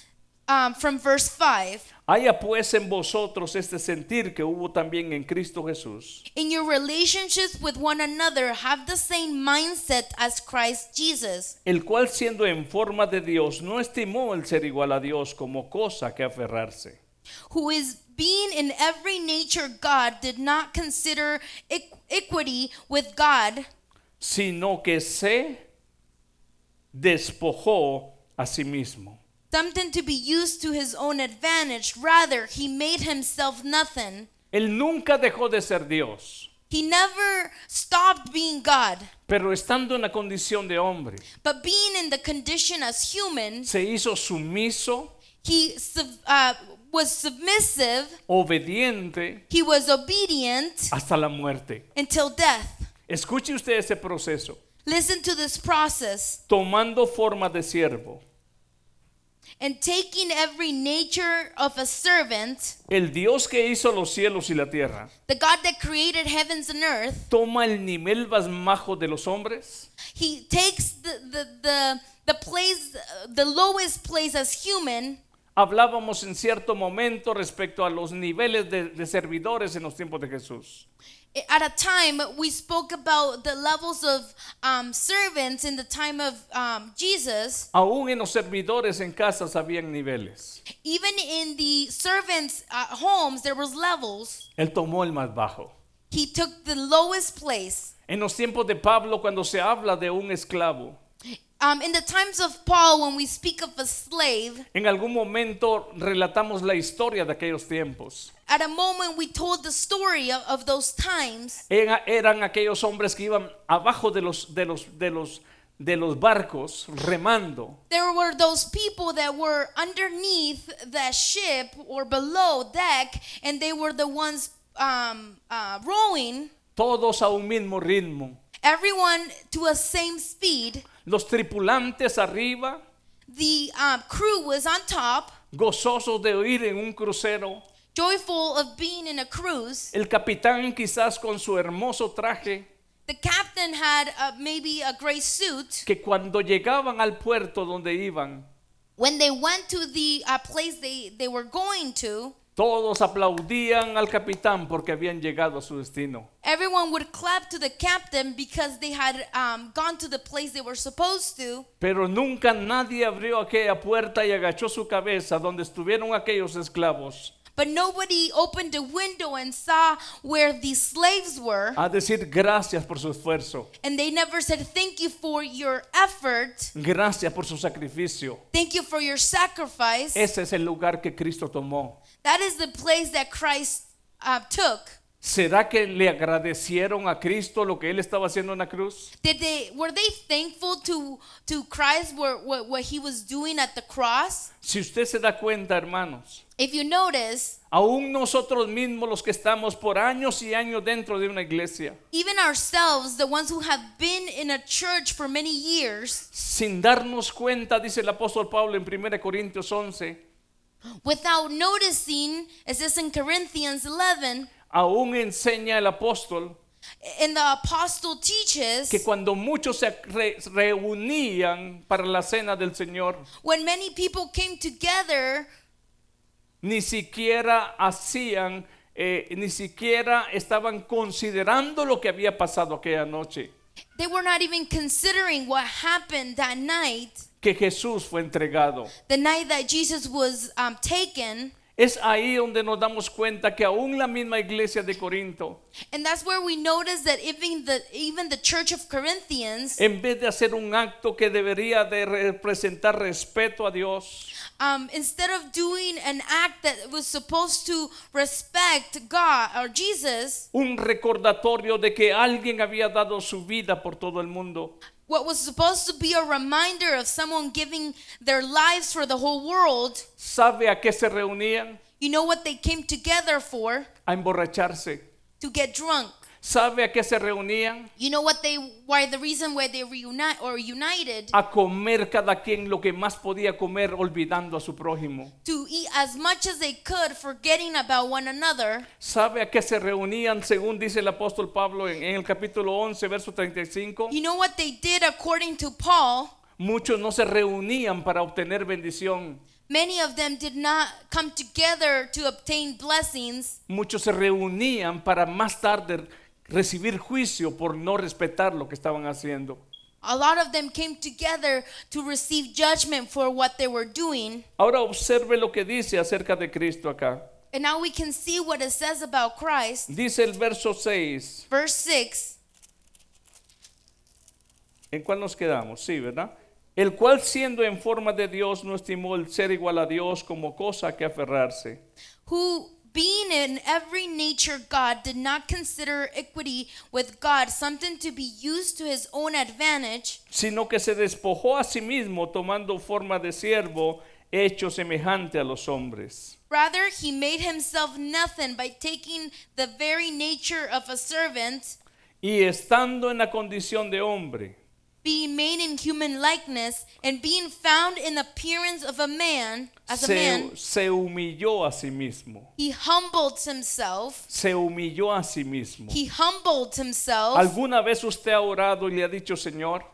Speaker 2: um, from verse 5.
Speaker 1: Haya pues en vosotros este sentir que hubo también en Cristo Jesús,
Speaker 2: In your relationships with one another, have the same mindset as Christ Jesus,
Speaker 1: el cual siendo en forma de Dios no estimó el ser igual a Dios como cosa que aferrarse,
Speaker 2: who is being in every nature God, did not consider equ- equity with God,
Speaker 1: sino que se despojó a sí mismo.
Speaker 2: something to be used to his own advantage. Rather, he made himself nothing.
Speaker 1: Él nunca dejó de ser Dios,
Speaker 2: He never stopped being God,
Speaker 1: pero estando en la condición de hombre,
Speaker 2: but being in the condition as human,
Speaker 1: se hizo sumiso,
Speaker 2: he sub- uh, was submissive,
Speaker 1: obediente
Speaker 2: he was obedient
Speaker 1: hasta la muerte.
Speaker 2: until death.
Speaker 1: Escuche usted ese proceso,
Speaker 2: Listen to this process
Speaker 1: tomando forma de siervo.
Speaker 2: and taking every nature of a servant,
Speaker 1: El Dios que hizo los cielos y la tierra
Speaker 2: the God that created heavens and earth,
Speaker 1: toma el nivel más bajo de los hombres
Speaker 2: he takes the, the, the, the place, uh, the lowest place as human.
Speaker 1: Hablábamos en cierto momento respecto a los niveles de, de servidores en los tiempos de Jesús.
Speaker 2: At a time, we spoke about the levels of um, servants in the time of um, Jesus.
Speaker 1: Aún en los servidores en casas habían niveles.
Speaker 2: Even in the servants' uh, homes, there was levels.
Speaker 1: Él tomó el más bajo.
Speaker 2: He took the lowest place.
Speaker 1: En los tiempos de Pablo, cuando se habla de un esclavo,
Speaker 2: Um, in the times of Paul, when we speak of a slave,
Speaker 1: en algún momento relatamos la historia de aquellos tiempos.
Speaker 2: at a moment we told the story of, of those times.
Speaker 1: Era- eran aquellos hombres que iban abajo de los, de los, de los, de los barcos remando.
Speaker 2: There were those people that were underneath the ship or below deck, and they were the ones um, uh, rowing,
Speaker 1: todos a un mismo ritmo.
Speaker 2: everyone to a same speed.
Speaker 1: Los tripulantes arriba,
Speaker 2: The um, crew was on top,
Speaker 1: gozosos de oír en un crucero.
Speaker 2: joyful of being in a cruise.
Speaker 1: El capitán quizás con su hermoso traje,
Speaker 2: The captain had uh, maybe a gray suit.
Speaker 1: que cuando llegaban al puerto donde iban,
Speaker 2: When they went to the uh, place they, they were going to,
Speaker 1: todos aplaudían al capitán porque habían llegado a su destino.
Speaker 2: everyone would clap to the captain because they had um, gone to the place they were supposed to.
Speaker 1: Pero nunca nadie abrió aquella puerta y agachó su cabeza donde estuvieron aquellos esclavos
Speaker 2: But nobody opened a window and saw where the slaves were.
Speaker 1: a decir gracias por su esfuerzo,
Speaker 2: And they never said, Thank you for your effort.
Speaker 1: gracias por su sacrificio.
Speaker 2: Thank you for your sacrifice.
Speaker 1: Ese es el lugar que Cristo tomó.
Speaker 2: That is the place that Christ uh, took.
Speaker 1: ¿Será que le agradecieron a Cristo lo que él estaba haciendo en la cruz?
Speaker 2: Did they were they thankful to to Christ for what, what he was doing at the cross?
Speaker 1: Si usted se da cuenta, hermanos,
Speaker 2: If you notice,
Speaker 1: aún nosotros mismos los que estamos por años y años dentro de una iglesia,
Speaker 2: even ourselves, the ones who have been in a church for many years,
Speaker 1: sin darnos cuenta, dice el apóstol Pablo en 1 Corintios 11,
Speaker 2: without noticing, as this in Corinthians 11,
Speaker 1: aún enseña el apóstol
Speaker 2: and the apostle teaches,
Speaker 1: que cuando muchos se re- reunían para la cena del Señor,
Speaker 2: when many people came together,
Speaker 1: ni siquiera hacían, eh, ni siquiera estaban considerando lo que había pasado aquella noche.
Speaker 2: they were not even considering what happened that night,
Speaker 1: que Jesús fue entregado.
Speaker 2: the night that Jesus was um, taken.
Speaker 1: Es ahí donde nos damos cuenta que aún la misma iglesia de Corinto,
Speaker 2: And that's where we notice that even the even the church of Corinthians,
Speaker 1: en vez de hacer un acto que debería de representar respeto a Dios,
Speaker 2: um, instead of doing an act that was supposed to respect God or Jesus,
Speaker 1: un recordatorio de que alguien había dado su vida por todo el mundo,
Speaker 2: what was supposed to be a reminder of someone giving their lives for the whole world,
Speaker 1: ¿sabe a qué se reunían?
Speaker 2: you know what they came together for?
Speaker 1: A emborracharse.
Speaker 2: To get drunk.
Speaker 1: ¿Sabe a qué se reunían?
Speaker 2: You know what they why the reason why they reunite or united
Speaker 1: A comer cada quien lo que más podía comer olvidando a su prójimo.
Speaker 2: to eat as much as they could, forgetting about one another.
Speaker 1: ¿Sabe a qué se reunían según dice el apóstol Pablo en, en el capítulo 11, verso 35?
Speaker 2: You know what they did according to Paul.
Speaker 1: Muchos no se reunían para obtener bendición.
Speaker 2: Many of them did not come together to obtain blessings.
Speaker 1: Muchos se reunían para más tarde recibir juicio por no respetar lo que estaban haciendo.
Speaker 2: A lot of them came together to receive judgment for what they were doing.
Speaker 1: Ahora observe lo que dice acerca de Cristo acá.
Speaker 2: And now we can see what it says about Christ.
Speaker 1: Dice el verso 6.
Speaker 2: Verse 6
Speaker 1: ¿En cuál nos quedamos? Sí, ¿verdad? El cual siendo en forma de Dios no estimó el ser igual a Dios como cosa que aferrarse.
Speaker 2: Who, being in every nature God, did not consider equity with God something to be used to his own advantage,
Speaker 1: sino que se despojó a sí mismo tomando forma de siervo, hecho semejante a los hombres.
Speaker 2: rather, he made himself nothing by taking the very nature of a servant,
Speaker 1: Y estando en la condición de hombre,
Speaker 2: being made in human likeness, and being found in appearance of a man, as a man,
Speaker 1: se, se humilló a sí mismo.
Speaker 2: he humbled himself.
Speaker 1: Se humilló a sí mismo.
Speaker 2: He humbled himself.
Speaker 1: ¿Alguna vez usted ha orado y le ha dicho, Señor,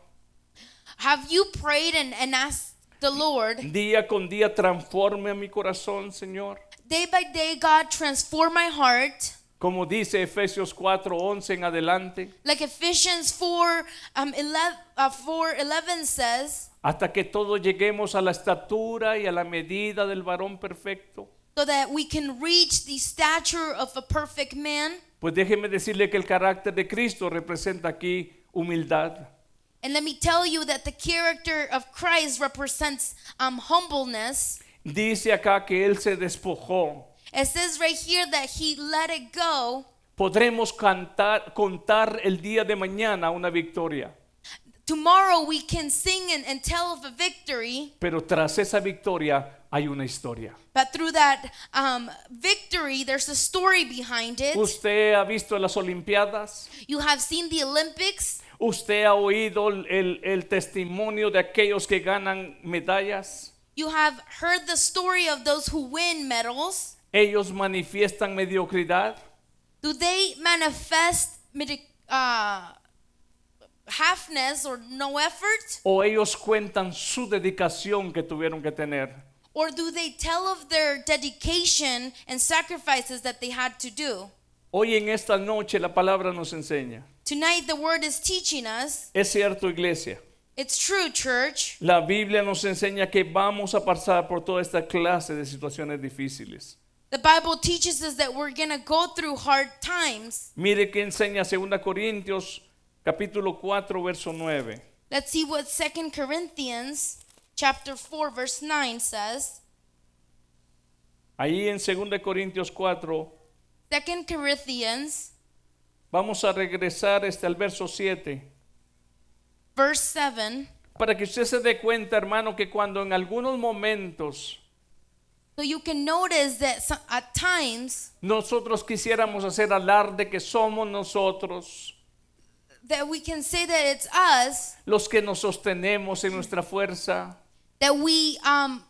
Speaker 2: Have you prayed and, and asked the Lord,
Speaker 1: día con día transforme a mi corazón, Señor?
Speaker 2: day by day, God, transform my heart?
Speaker 1: Como dice Efesios 4, 11 en adelante.
Speaker 2: Like Ephesians 4, um, 11, uh, 4 11 says,
Speaker 1: hasta que todos lleguemos a la estatura y a la medida del varón perfecto.
Speaker 2: so that we can reach the stature of a perfect man.
Speaker 1: Pues déjeme decirle que el carácter de Cristo representa aquí humildad.
Speaker 2: And let me tell you that the character of Christ represents um, humbleness.
Speaker 1: Dice acá que Él se despojó.
Speaker 2: It says right here that he let it go.
Speaker 1: Podremos cantar, contar el día de mañana una victoria,
Speaker 2: Tomorrow we can sing and, and tell of a victory.
Speaker 1: pero tras esa victoria hay una historia.
Speaker 2: But through that um, victory, there's a story behind it.
Speaker 1: Usted ha visto las Olimpiadas,
Speaker 2: You have seen the Olympics.
Speaker 1: usted ha oído el- el- el testimonio de aquellos que ganan medallas.
Speaker 2: You have heard the story of those who win medals.
Speaker 1: Ellos manifiestan mediocridad,
Speaker 2: Do they manifest medi- uh, halfness or no effort?
Speaker 1: o ellos cuentan su dedicación que tuvieron que tener.
Speaker 2: Or do they tell of their dedication and sacrifices that they had to do?
Speaker 1: Hoy en esta noche la palabra nos enseña.
Speaker 2: Tonight, the word is teaching us.
Speaker 1: Es cierto, iglesia.
Speaker 2: It's true, church.
Speaker 1: La Biblia nos enseña que vamos a pasar por toda esta clase de situaciones difíciles.
Speaker 2: The Bible teaches us that we're going to go through hard times.
Speaker 1: Mire que enseña 2 Corintios capítulo 4 verso 9.
Speaker 2: Let's see what 2 Corinthians chapter 4 verse 9 says.
Speaker 1: Ahí en 2 Corintios 4
Speaker 2: 2 Corinthians
Speaker 1: vamos a regresar hasta el verso 7
Speaker 2: verse 7.
Speaker 1: para que usted se dé cuenta, hermano, que cuando en algunos momentos
Speaker 2: So you can notice that so- at times
Speaker 1: nosotros quisiéramos hacer alarde que somos nosotros
Speaker 2: that we can say that it's us
Speaker 1: los que nos sostenemos en nuestra fuerza,
Speaker 2: that we um,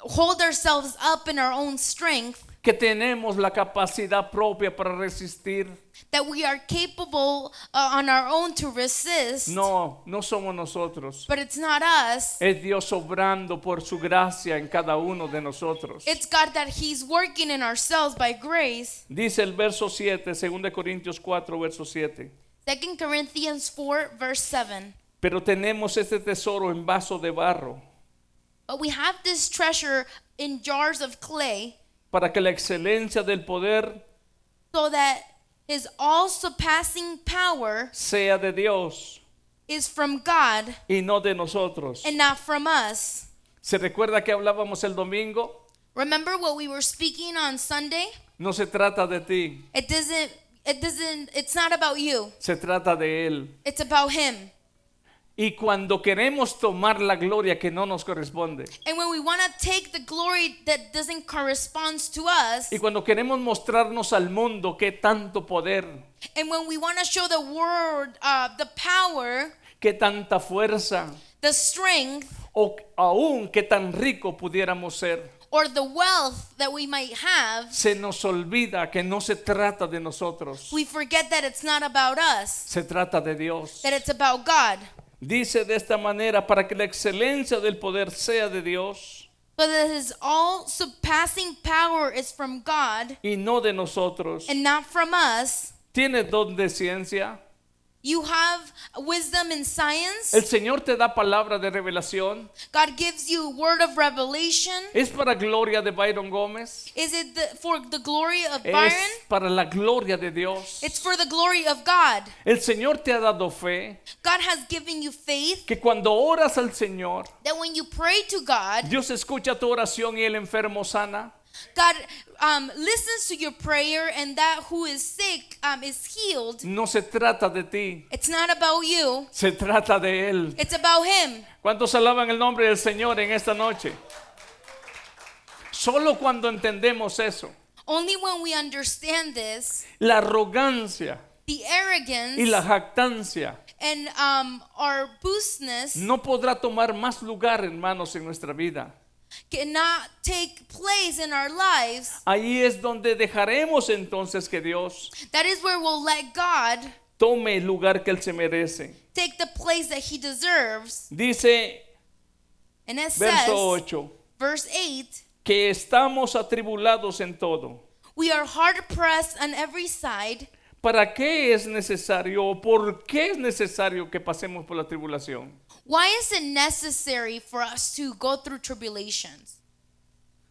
Speaker 2: hold ourselves up in our own strength,
Speaker 1: que tenemos la capacidad propia para resistir.
Speaker 2: that we are capable uh, on our own to resist.
Speaker 1: No, no somos nosotros.
Speaker 2: But it's not us.
Speaker 1: Es Dios obrando por su gracia en cada uno de nosotros.
Speaker 2: It's God that He's working in ourselves by grace.
Speaker 1: Dice el verso 7, 2 Corintios 4, verso 7.
Speaker 2: 2 Corinthians 4 verse 7.
Speaker 1: Pero tenemos este tesoro en vaso de barro
Speaker 2: But we have this treasure in jars of clay,
Speaker 1: para que la excelencia del poder
Speaker 2: so that his all surpassing power
Speaker 1: sea de Dios
Speaker 2: is from God
Speaker 1: y no de nosotros.
Speaker 2: and not from us.
Speaker 1: ¿Se recuerda que hablábamos el domingo?
Speaker 2: Remember what we were speaking on Sunday?
Speaker 1: No se trata de ti,
Speaker 2: It doesn't it doesn't it's not about you.
Speaker 1: se trata de Él.
Speaker 2: It's about him.
Speaker 1: Y cuando queremos tomar la gloria que no nos corresponde,
Speaker 2: And when we want to take the glory that doesn't correspond to us,
Speaker 1: y cuando queremos mostrarnos al mundo qué tanto poder,
Speaker 2: and when we want to show the world uh, the power,
Speaker 1: qué tanta fuerza,
Speaker 2: the strength,
Speaker 1: o aún qué tan rico pudiéramos ser,
Speaker 2: or the wealth that we might have,
Speaker 1: se nos olvida que no se trata de nosotros,
Speaker 2: we forget that it's not about us,
Speaker 1: se trata de Dios.
Speaker 2: that it's about God.
Speaker 1: Dice de esta manera, para que la excelencia del poder sea de Dios
Speaker 2: But that his all surpassing power is from God
Speaker 1: y no de nosotros.
Speaker 2: and not from us.
Speaker 1: ¿Tiene don de ciencia?
Speaker 2: You have wisdom and science.
Speaker 1: El Señor te da palabra de revelación.
Speaker 2: God gives you word of revelation.
Speaker 1: Es para gloria de Byron Gómez.
Speaker 2: Is it the, for the glory of Byron?
Speaker 1: Es para la gloria de Dios.
Speaker 2: It's for the glory of God.
Speaker 1: El Señor te ha dado fe
Speaker 2: God has given you faith
Speaker 1: que cuando oras al Señor,
Speaker 2: that when you pray to God,
Speaker 1: Dios escucha tu oración y el enfermo sana.
Speaker 2: God um, listens to your prayer, and that who is sick um, is healed.
Speaker 1: No se trata de ti,
Speaker 2: It's not about you.
Speaker 1: se trata de Él.
Speaker 2: It's about Him.
Speaker 1: ¿Cuántos alaban el nombre del Señor en esta noche? Solo cuando entendemos eso,
Speaker 2: Only when we understand this,
Speaker 1: la arrogancia
Speaker 2: the arrogance
Speaker 1: y la jactancia
Speaker 2: and um, our boostness
Speaker 1: no podrá tomar más lugar, hermanos, en nuestra vida.
Speaker 2: cannot take place in our lives.
Speaker 1: Ahí es donde dejaremos entonces que Dios
Speaker 2: That is where we'll let God
Speaker 1: tome el lugar que Él se merece.
Speaker 2: take the place that He deserves.
Speaker 1: Dice
Speaker 2: And it says,
Speaker 1: verso 8,
Speaker 2: verse 8,
Speaker 1: que estamos atribulados en todo.
Speaker 2: we are hard pressed on every side.
Speaker 1: ¿Para qué es necesario o por qué es necesario que pasemos por la tribulación?
Speaker 2: Why is it necessary for us to go through tribulations?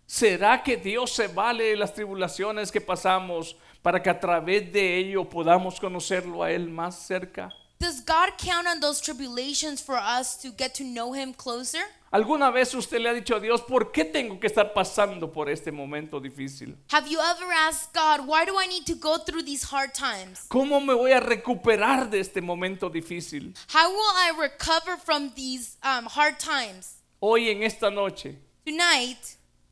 Speaker 1: ¿Será que Dios se vale de las tribulaciones que pasamos para que a través de ello podamos conocerlo a Él más cerca?
Speaker 2: Does God count on those tribulations for us to get to know Him closer?
Speaker 1: ¿Alguna vez usted le ha dicho a Dios, ¿por qué tengo que estar pasando por este momento difícil?
Speaker 2: Have you ever asked God, why do I need to go through these hard times?
Speaker 1: ¿Cómo me voy a recuperar de este momento difícil?
Speaker 2: How will I recover from these um, hard times?
Speaker 1: Hoy en esta noche,
Speaker 2: Tonight,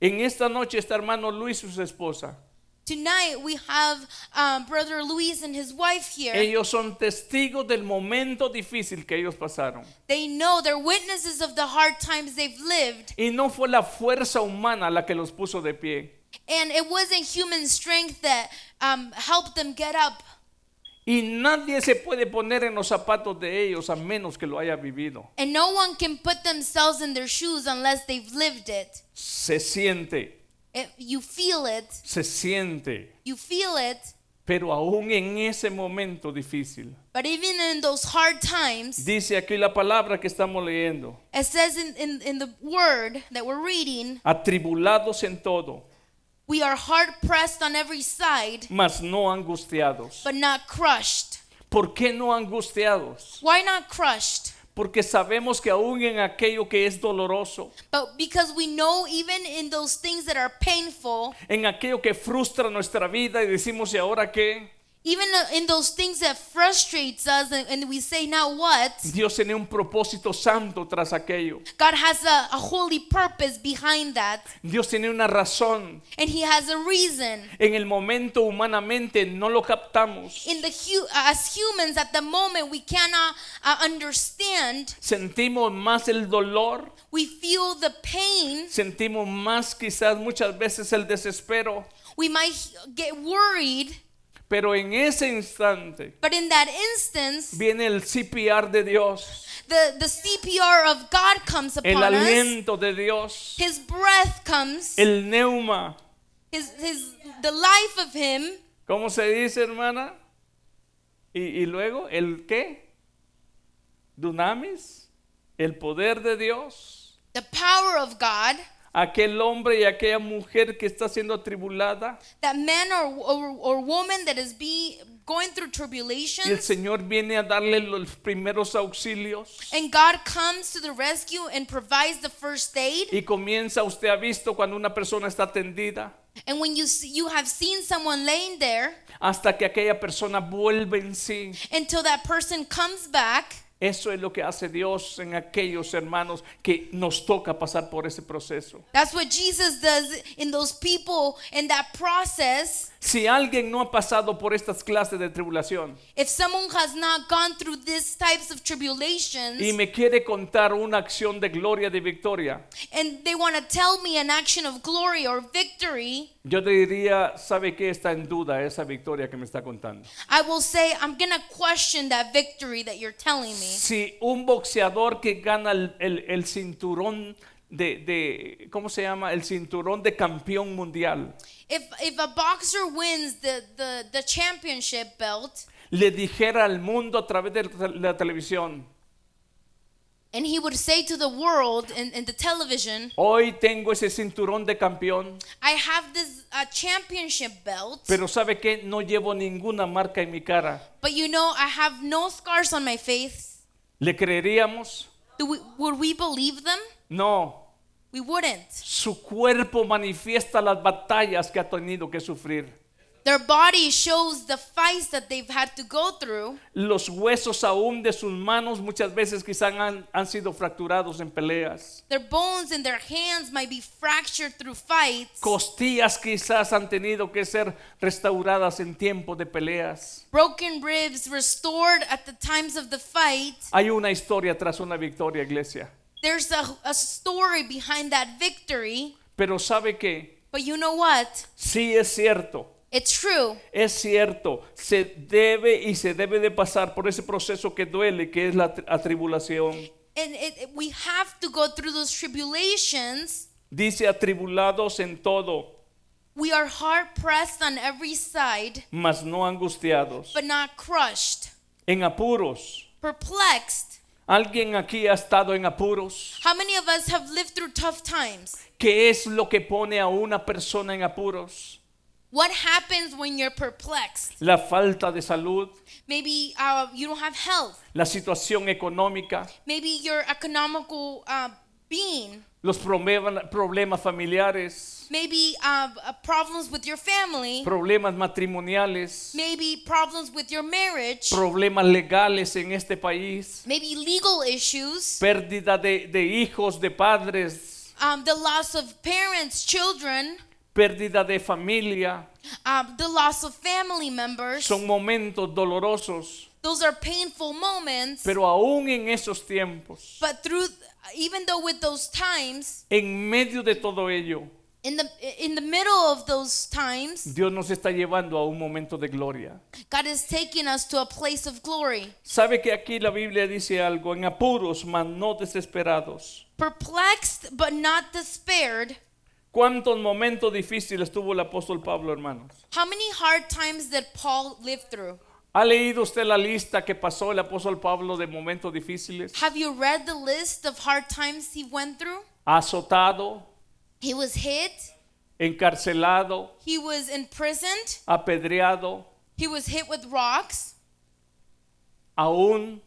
Speaker 1: en esta noche está hermano Luis y su esposa.
Speaker 2: tonight we have um, Brother Luis and his wife here.
Speaker 1: Ellos son testigos del momento difícil que ellos pasaron.
Speaker 2: They know they're witnesses of the hard times they've lived,
Speaker 1: Y no fue la fuerza humana la que los puso de pie.
Speaker 2: and it wasn't human strength that um, helped them get up.
Speaker 1: Y nadie se puede poner en los zapatos de ellos a menos que lo haya vivido.
Speaker 2: And no one can put themselves in their shoes unless they've lived it.
Speaker 1: Se siente,
Speaker 2: It- You feel it.
Speaker 1: se siente.
Speaker 2: You feel it.
Speaker 1: Pero aún en ese momento difícil,
Speaker 2: But even in those hard times,
Speaker 1: dice aquí la palabra que estamos leyendo,
Speaker 2: it says in, in, in the word that we're reading,
Speaker 1: atribulados en todo,
Speaker 2: we are hard pressed on every side,
Speaker 1: mas no angustiados.
Speaker 2: but not crushed.
Speaker 1: ¿Por qué no angustiados?
Speaker 2: Why not crushed?
Speaker 1: Porque sabemos que aún en aquello que es doloroso,
Speaker 2: But because we know even in those things that are painful,
Speaker 1: en aquello que frustra nuestra vida y decimos, ¿y ahora qué?
Speaker 2: even in those things that frustrates us and, and we say now what
Speaker 1: Dios tiene un propósito santo tras aquello.
Speaker 2: god has a, a holy purpose behind that
Speaker 1: Dios tiene una razón.
Speaker 2: and he has a reason
Speaker 1: En el momento humanamente no lo captamos.
Speaker 2: in the hu- uh, as humans at the moment we cannot uh, understand
Speaker 1: Sentimos más el dolor,
Speaker 2: we feel the pain
Speaker 1: sentimos más quizás muchas veces el desespero,
Speaker 2: we might get worried
Speaker 1: pero en ese instante
Speaker 2: but in that instance
Speaker 1: viene el CPR de Dios,
Speaker 2: the, the cpr of god comes
Speaker 1: el
Speaker 2: upon us
Speaker 1: aliento de Dios,
Speaker 2: his breath comes
Speaker 1: el neuma.
Speaker 2: his, his the life of him
Speaker 1: ¿Cómo se dice, hermana? Y, y luego, ¿el qué? Dunamis, el poder de Dios.
Speaker 2: the power of god
Speaker 1: aquel hombre y aquella mujer que está siendo atribulada
Speaker 2: that man or, or, or woman that is be going through
Speaker 1: y el
Speaker 2: tribulations
Speaker 1: Señor viene a darle los primeros auxilios
Speaker 2: and God comes to the rescue and provides the first aid
Speaker 1: y comienza usted ha visto cuando una persona está tendida
Speaker 2: and when you see, you have seen someone laying there
Speaker 1: hasta que aquella persona vuelve en sí.
Speaker 2: until that person comes back
Speaker 1: Eso es lo que hace Dios en aquellos hermanos que nos toca pasar por ese proceso.
Speaker 2: that's what Jesus does in those people in that process
Speaker 1: Si alguien no ha pasado por estas clases de tribulación
Speaker 2: if someone has not gone through these types of
Speaker 1: y
Speaker 2: tribulations
Speaker 1: me quiere contar una acción de gloria, de victoria,
Speaker 2: and they want to tell me an action of glory or victory
Speaker 1: yo te diría, ¿sabe qué está en duda esa victoria que me está contando?
Speaker 2: I will say I'm going to question that victory that you're telling me
Speaker 1: Si un boxeador que gana el, el- el cinturón de, de- ¿cómo se llama? El cinturón de campeón mundial.
Speaker 2: If if a boxer wins the the the championship belt,
Speaker 1: le dijera al mundo a través de la la televisión,
Speaker 2: And he would say to the world and, and the television,
Speaker 1: hoy tengo ese cinturón de campeón,
Speaker 2: I have this uh, championship belt,
Speaker 1: pero sabe que no llevo ninguna marca en mi cara.
Speaker 2: but you know, I have no scars on my face.
Speaker 1: ¿Le creeríamos?
Speaker 2: Do we, would we believe them?
Speaker 1: No,
Speaker 2: We wouldn't.
Speaker 1: su cuerpo manifiesta las batallas que ha tenido que sufrir.
Speaker 2: Their body shows the fights that they've had to go through.
Speaker 1: Los huesos aún de sus manos muchas veces quizás han, han sido fracturados en peleas.
Speaker 2: Their bones and their hands might be fractured through fights.
Speaker 1: Costillas quizás han tenido que ser restauradas en tiempo de peleas.
Speaker 2: Broken ribs restored at the times of the fight.
Speaker 1: Hay una historia tras una victoria, iglesia.
Speaker 2: There's a, a story behind that victory.
Speaker 1: Pero sabe que
Speaker 2: But you know what?
Speaker 1: sí es cierto,
Speaker 2: It's true.
Speaker 1: es cierto, se debe y se debe de pasar por ese proceso que duele, que es la tri- atribulación.
Speaker 2: And it, it- we have to go through those tribulations.
Speaker 1: Dice atribulados en todo,
Speaker 2: We are hard pressed on every side,
Speaker 1: mas no angustiados,
Speaker 2: but not crushed.
Speaker 1: en apuros.
Speaker 2: Perplexed.
Speaker 1: ¿Alguien aquí ha estado en apuros?
Speaker 2: How many of us have lived through tough times?
Speaker 1: ¿Qué es lo que pone a una persona en apuros?
Speaker 2: What happens when you're perplexed?
Speaker 1: La falta de salud,
Speaker 2: Maybe uh, you don't have health.
Speaker 1: la situación económica,
Speaker 2: Maybe your economical uh, being.
Speaker 1: los problema- problemas familiares,
Speaker 2: Maybe uh, uh, problems with your family.
Speaker 1: problemas matrimoniales,
Speaker 2: Maybe problems with your marriage.
Speaker 1: problemas legales en este país,
Speaker 2: Maybe legal issues.
Speaker 1: pérdida de, de hijos, de padres,
Speaker 2: Um, the loss of parents, children.
Speaker 1: pérdida de familia.
Speaker 2: um, the loss of family members.
Speaker 1: Son momentos dolorosos,
Speaker 2: Those are painful moments.
Speaker 1: pero aún en esos tiempos,
Speaker 2: but through, even though with those times,
Speaker 1: en medio de todo ello,
Speaker 2: in the in the middle of those times,
Speaker 1: Dios nos está llevando a un momento de gloria.
Speaker 2: God is taking us to a place of glory.
Speaker 1: Sabe que aquí la Biblia dice algo, en apuros, mas no desesperados.
Speaker 2: Perplexed but not despaired.
Speaker 1: ¿Cuántos momentos difíciles tuvo el apóstol Pablo, hermanos?
Speaker 2: How many hard times did Paul live through?
Speaker 1: ¿Ha leído usted la lista que pasó el apóstol Pablo de momentos difíciles?
Speaker 2: Have you read the list of hard times he went through?
Speaker 1: Azotado,
Speaker 2: He was hit.
Speaker 1: encarcelado,
Speaker 2: He was imprisoned.
Speaker 1: apedreado,
Speaker 2: He was hit with rocks.
Speaker 1: aún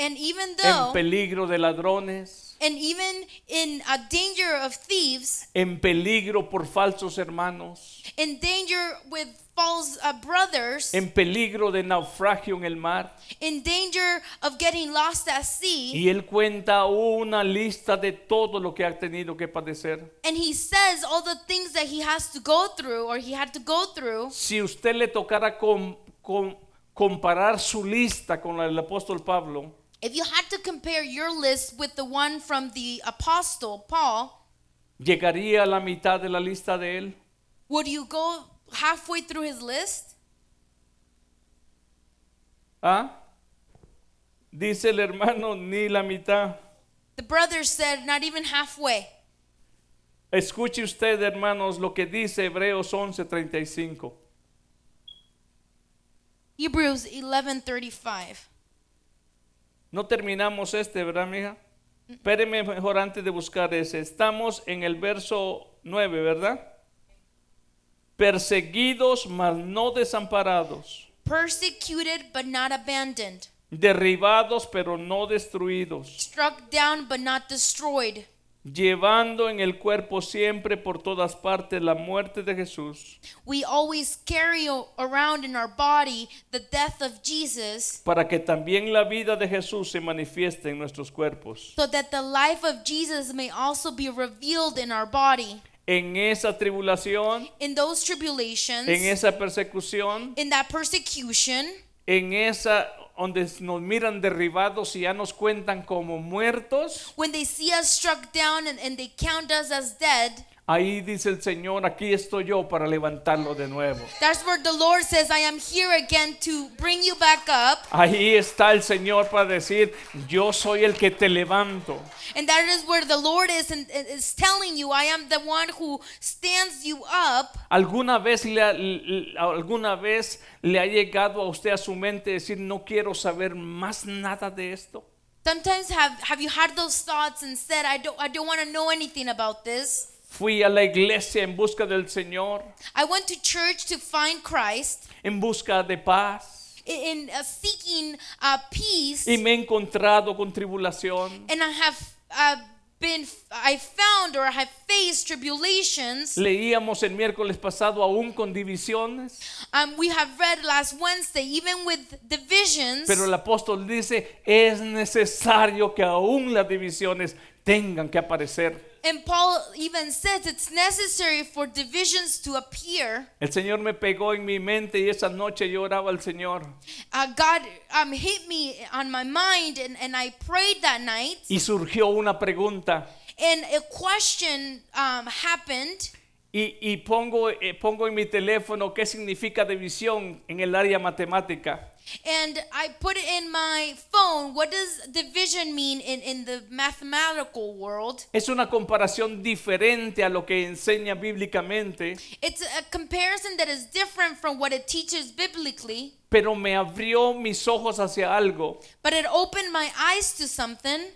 Speaker 2: And even
Speaker 1: en
Speaker 2: though
Speaker 1: peligro de ladrones,
Speaker 2: And even in a danger of thieves,
Speaker 1: en peligro por falsos hermanos,
Speaker 2: in danger with false uh, brothers,
Speaker 1: en peligro de naufragio en el mar.
Speaker 2: in danger of getting lost at sea,
Speaker 1: Y él cuenta una lista de todo lo que ha tenido que padecer.
Speaker 2: and he says all the things that he has to go through or he had to go through.
Speaker 1: si usted le tocara com- com- comparar su lista con la del apóstol Pablo,
Speaker 2: If you had to compare your list with the one from the apostle Paul,
Speaker 1: llegaría a la mitad de la lista de él.
Speaker 2: would you go halfway through his list?
Speaker 1: ¿Ah? Dice el hermano, ni la mitad.
Speaker 2: The brother said, not even halfway.
Speaker 1: Escuche usted, hermanos, lo que dice Hebreos 11:35.
Speaker 2: Hebrews 11:35.
Speaker 1: No terminamos este, ¿verdad, mija? Espéreme mejor antes de buscar ese. Estamos en el verso 9, ¿verdad? Perseguidos, mas no desamparados.
Speaker 2: Persecuted but not abandoned.
Speaker 1: derribados pero no destruidos,
Speaker 2: struck down but not destroyed,
Speaker 1: llevando en el cuerpo siempre por todas partes la muerte de Jesús,
Speaker 2: we always carry o- around in our body the death of Jesus,
Speaker 1: para que también la vida de Jesús se manifieste en nuestros cuerpos.
Speaker 2: so that the life of Jesus may also be revealed in our body.
Speaker 1: En esa tribulación,
Speaker 2: In those tribulations,
Speaker 1: en esa persecución,
Speaker 2: in that persecution,
Speaker 1: en esa donde nos miran derribados y ya nos cuentan como muertos,
Speaker 2: when they see us struck down and, and they count us as dead,
Speaker 1: Ahí dice el Señor, aquí estoy yo para levantarlo de nuevo.
Speaker 2: That's where the Lord says, I am here again to bring you back up.
Speaker 1: Ahí está el Señor para decir, yo soy el que te levanto.
Speaker 2: And that is where the Lord is and and is telling you, I am the one who stands you up.
Speaker 1: ¿Alguna vez, le ha, l- l- ¿Alguna vez le ha llegado a usted a su mente decir, no quiero saber más nada de esto?
Speaker 2: Sometimes have have you had those thoughts and said, I don't I don't want to know anything about this.
Speaker 1: Fui a la iglesia en busca del Señor,
Speaker 2: I went to church to find Christ
Speaker 1: en busca de paz,
Speaker 2: in, in, uh, seeking uh, peace,
Speaker 1: y me he encontrado con tribulación.
Speaker 2: and I have uh, been I found or I have faced tribulations.
Speaker 1: Leíamos el miércoles pasado aún con divisiones,
Speaker 2: Um, we have read last Wednesday, even with divisions.
Speaker 1: pero el apóstol dice, es necesario que aún las divisiones tengan que aparecer.
Speaker 2: And Paul even says it's necessary for divisions to appear.
Speaker 1: El Señor me pegó en mi mente y esa noche yo oraba al Señor
Speaker 2: Uh, God um, hit me on my mind, and, and I prayed that night.
Speaker 1: y surgió una pregunta
Speaker 2: And a question um, happened,
Speaker 1: y, y pongo, eh, pongo en mi teléfono qué significa división en el área matemática.
Speaker 2: and I put it in my phone. What does division mean in, in the mathematical world?
Speaker 1: Es una comparación diferente a lo que enseña bíblicamente,
Speaker 2: It's a comparison that is different from what it teaches biblically,
Speaker 1: pero me abrió mis ojos hacia algo.
Speaker 2: but it opened my eyes to something.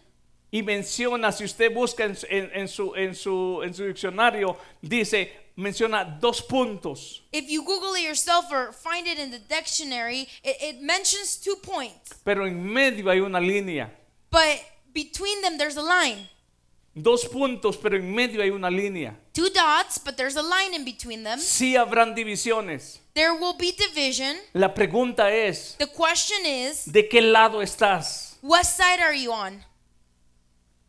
Speaker 1: Y menciona, si usted busca en, en- en su, en, su, en su diccionario, dice, menciona dos puntos,
Speaker 2: If you Google it yourself or find it in the dictionary, it, it mentions two points,
Speaker 1: pero en medio hay una línea.
Speaker 2: but between them there's a line.
Speaker 1: Dos puntos, pero en medio hay una línea.
Speaker 2: Two dots, but there's a line in between them.
Speaker 1: Sí habrán divisiones.
Speaker 2: There will be division.
Speaker 1: La pregunta es,
Speaker 2: The question is,
Speaker 1: ¿de qué lado estás?
Speaker 2: what side are you on?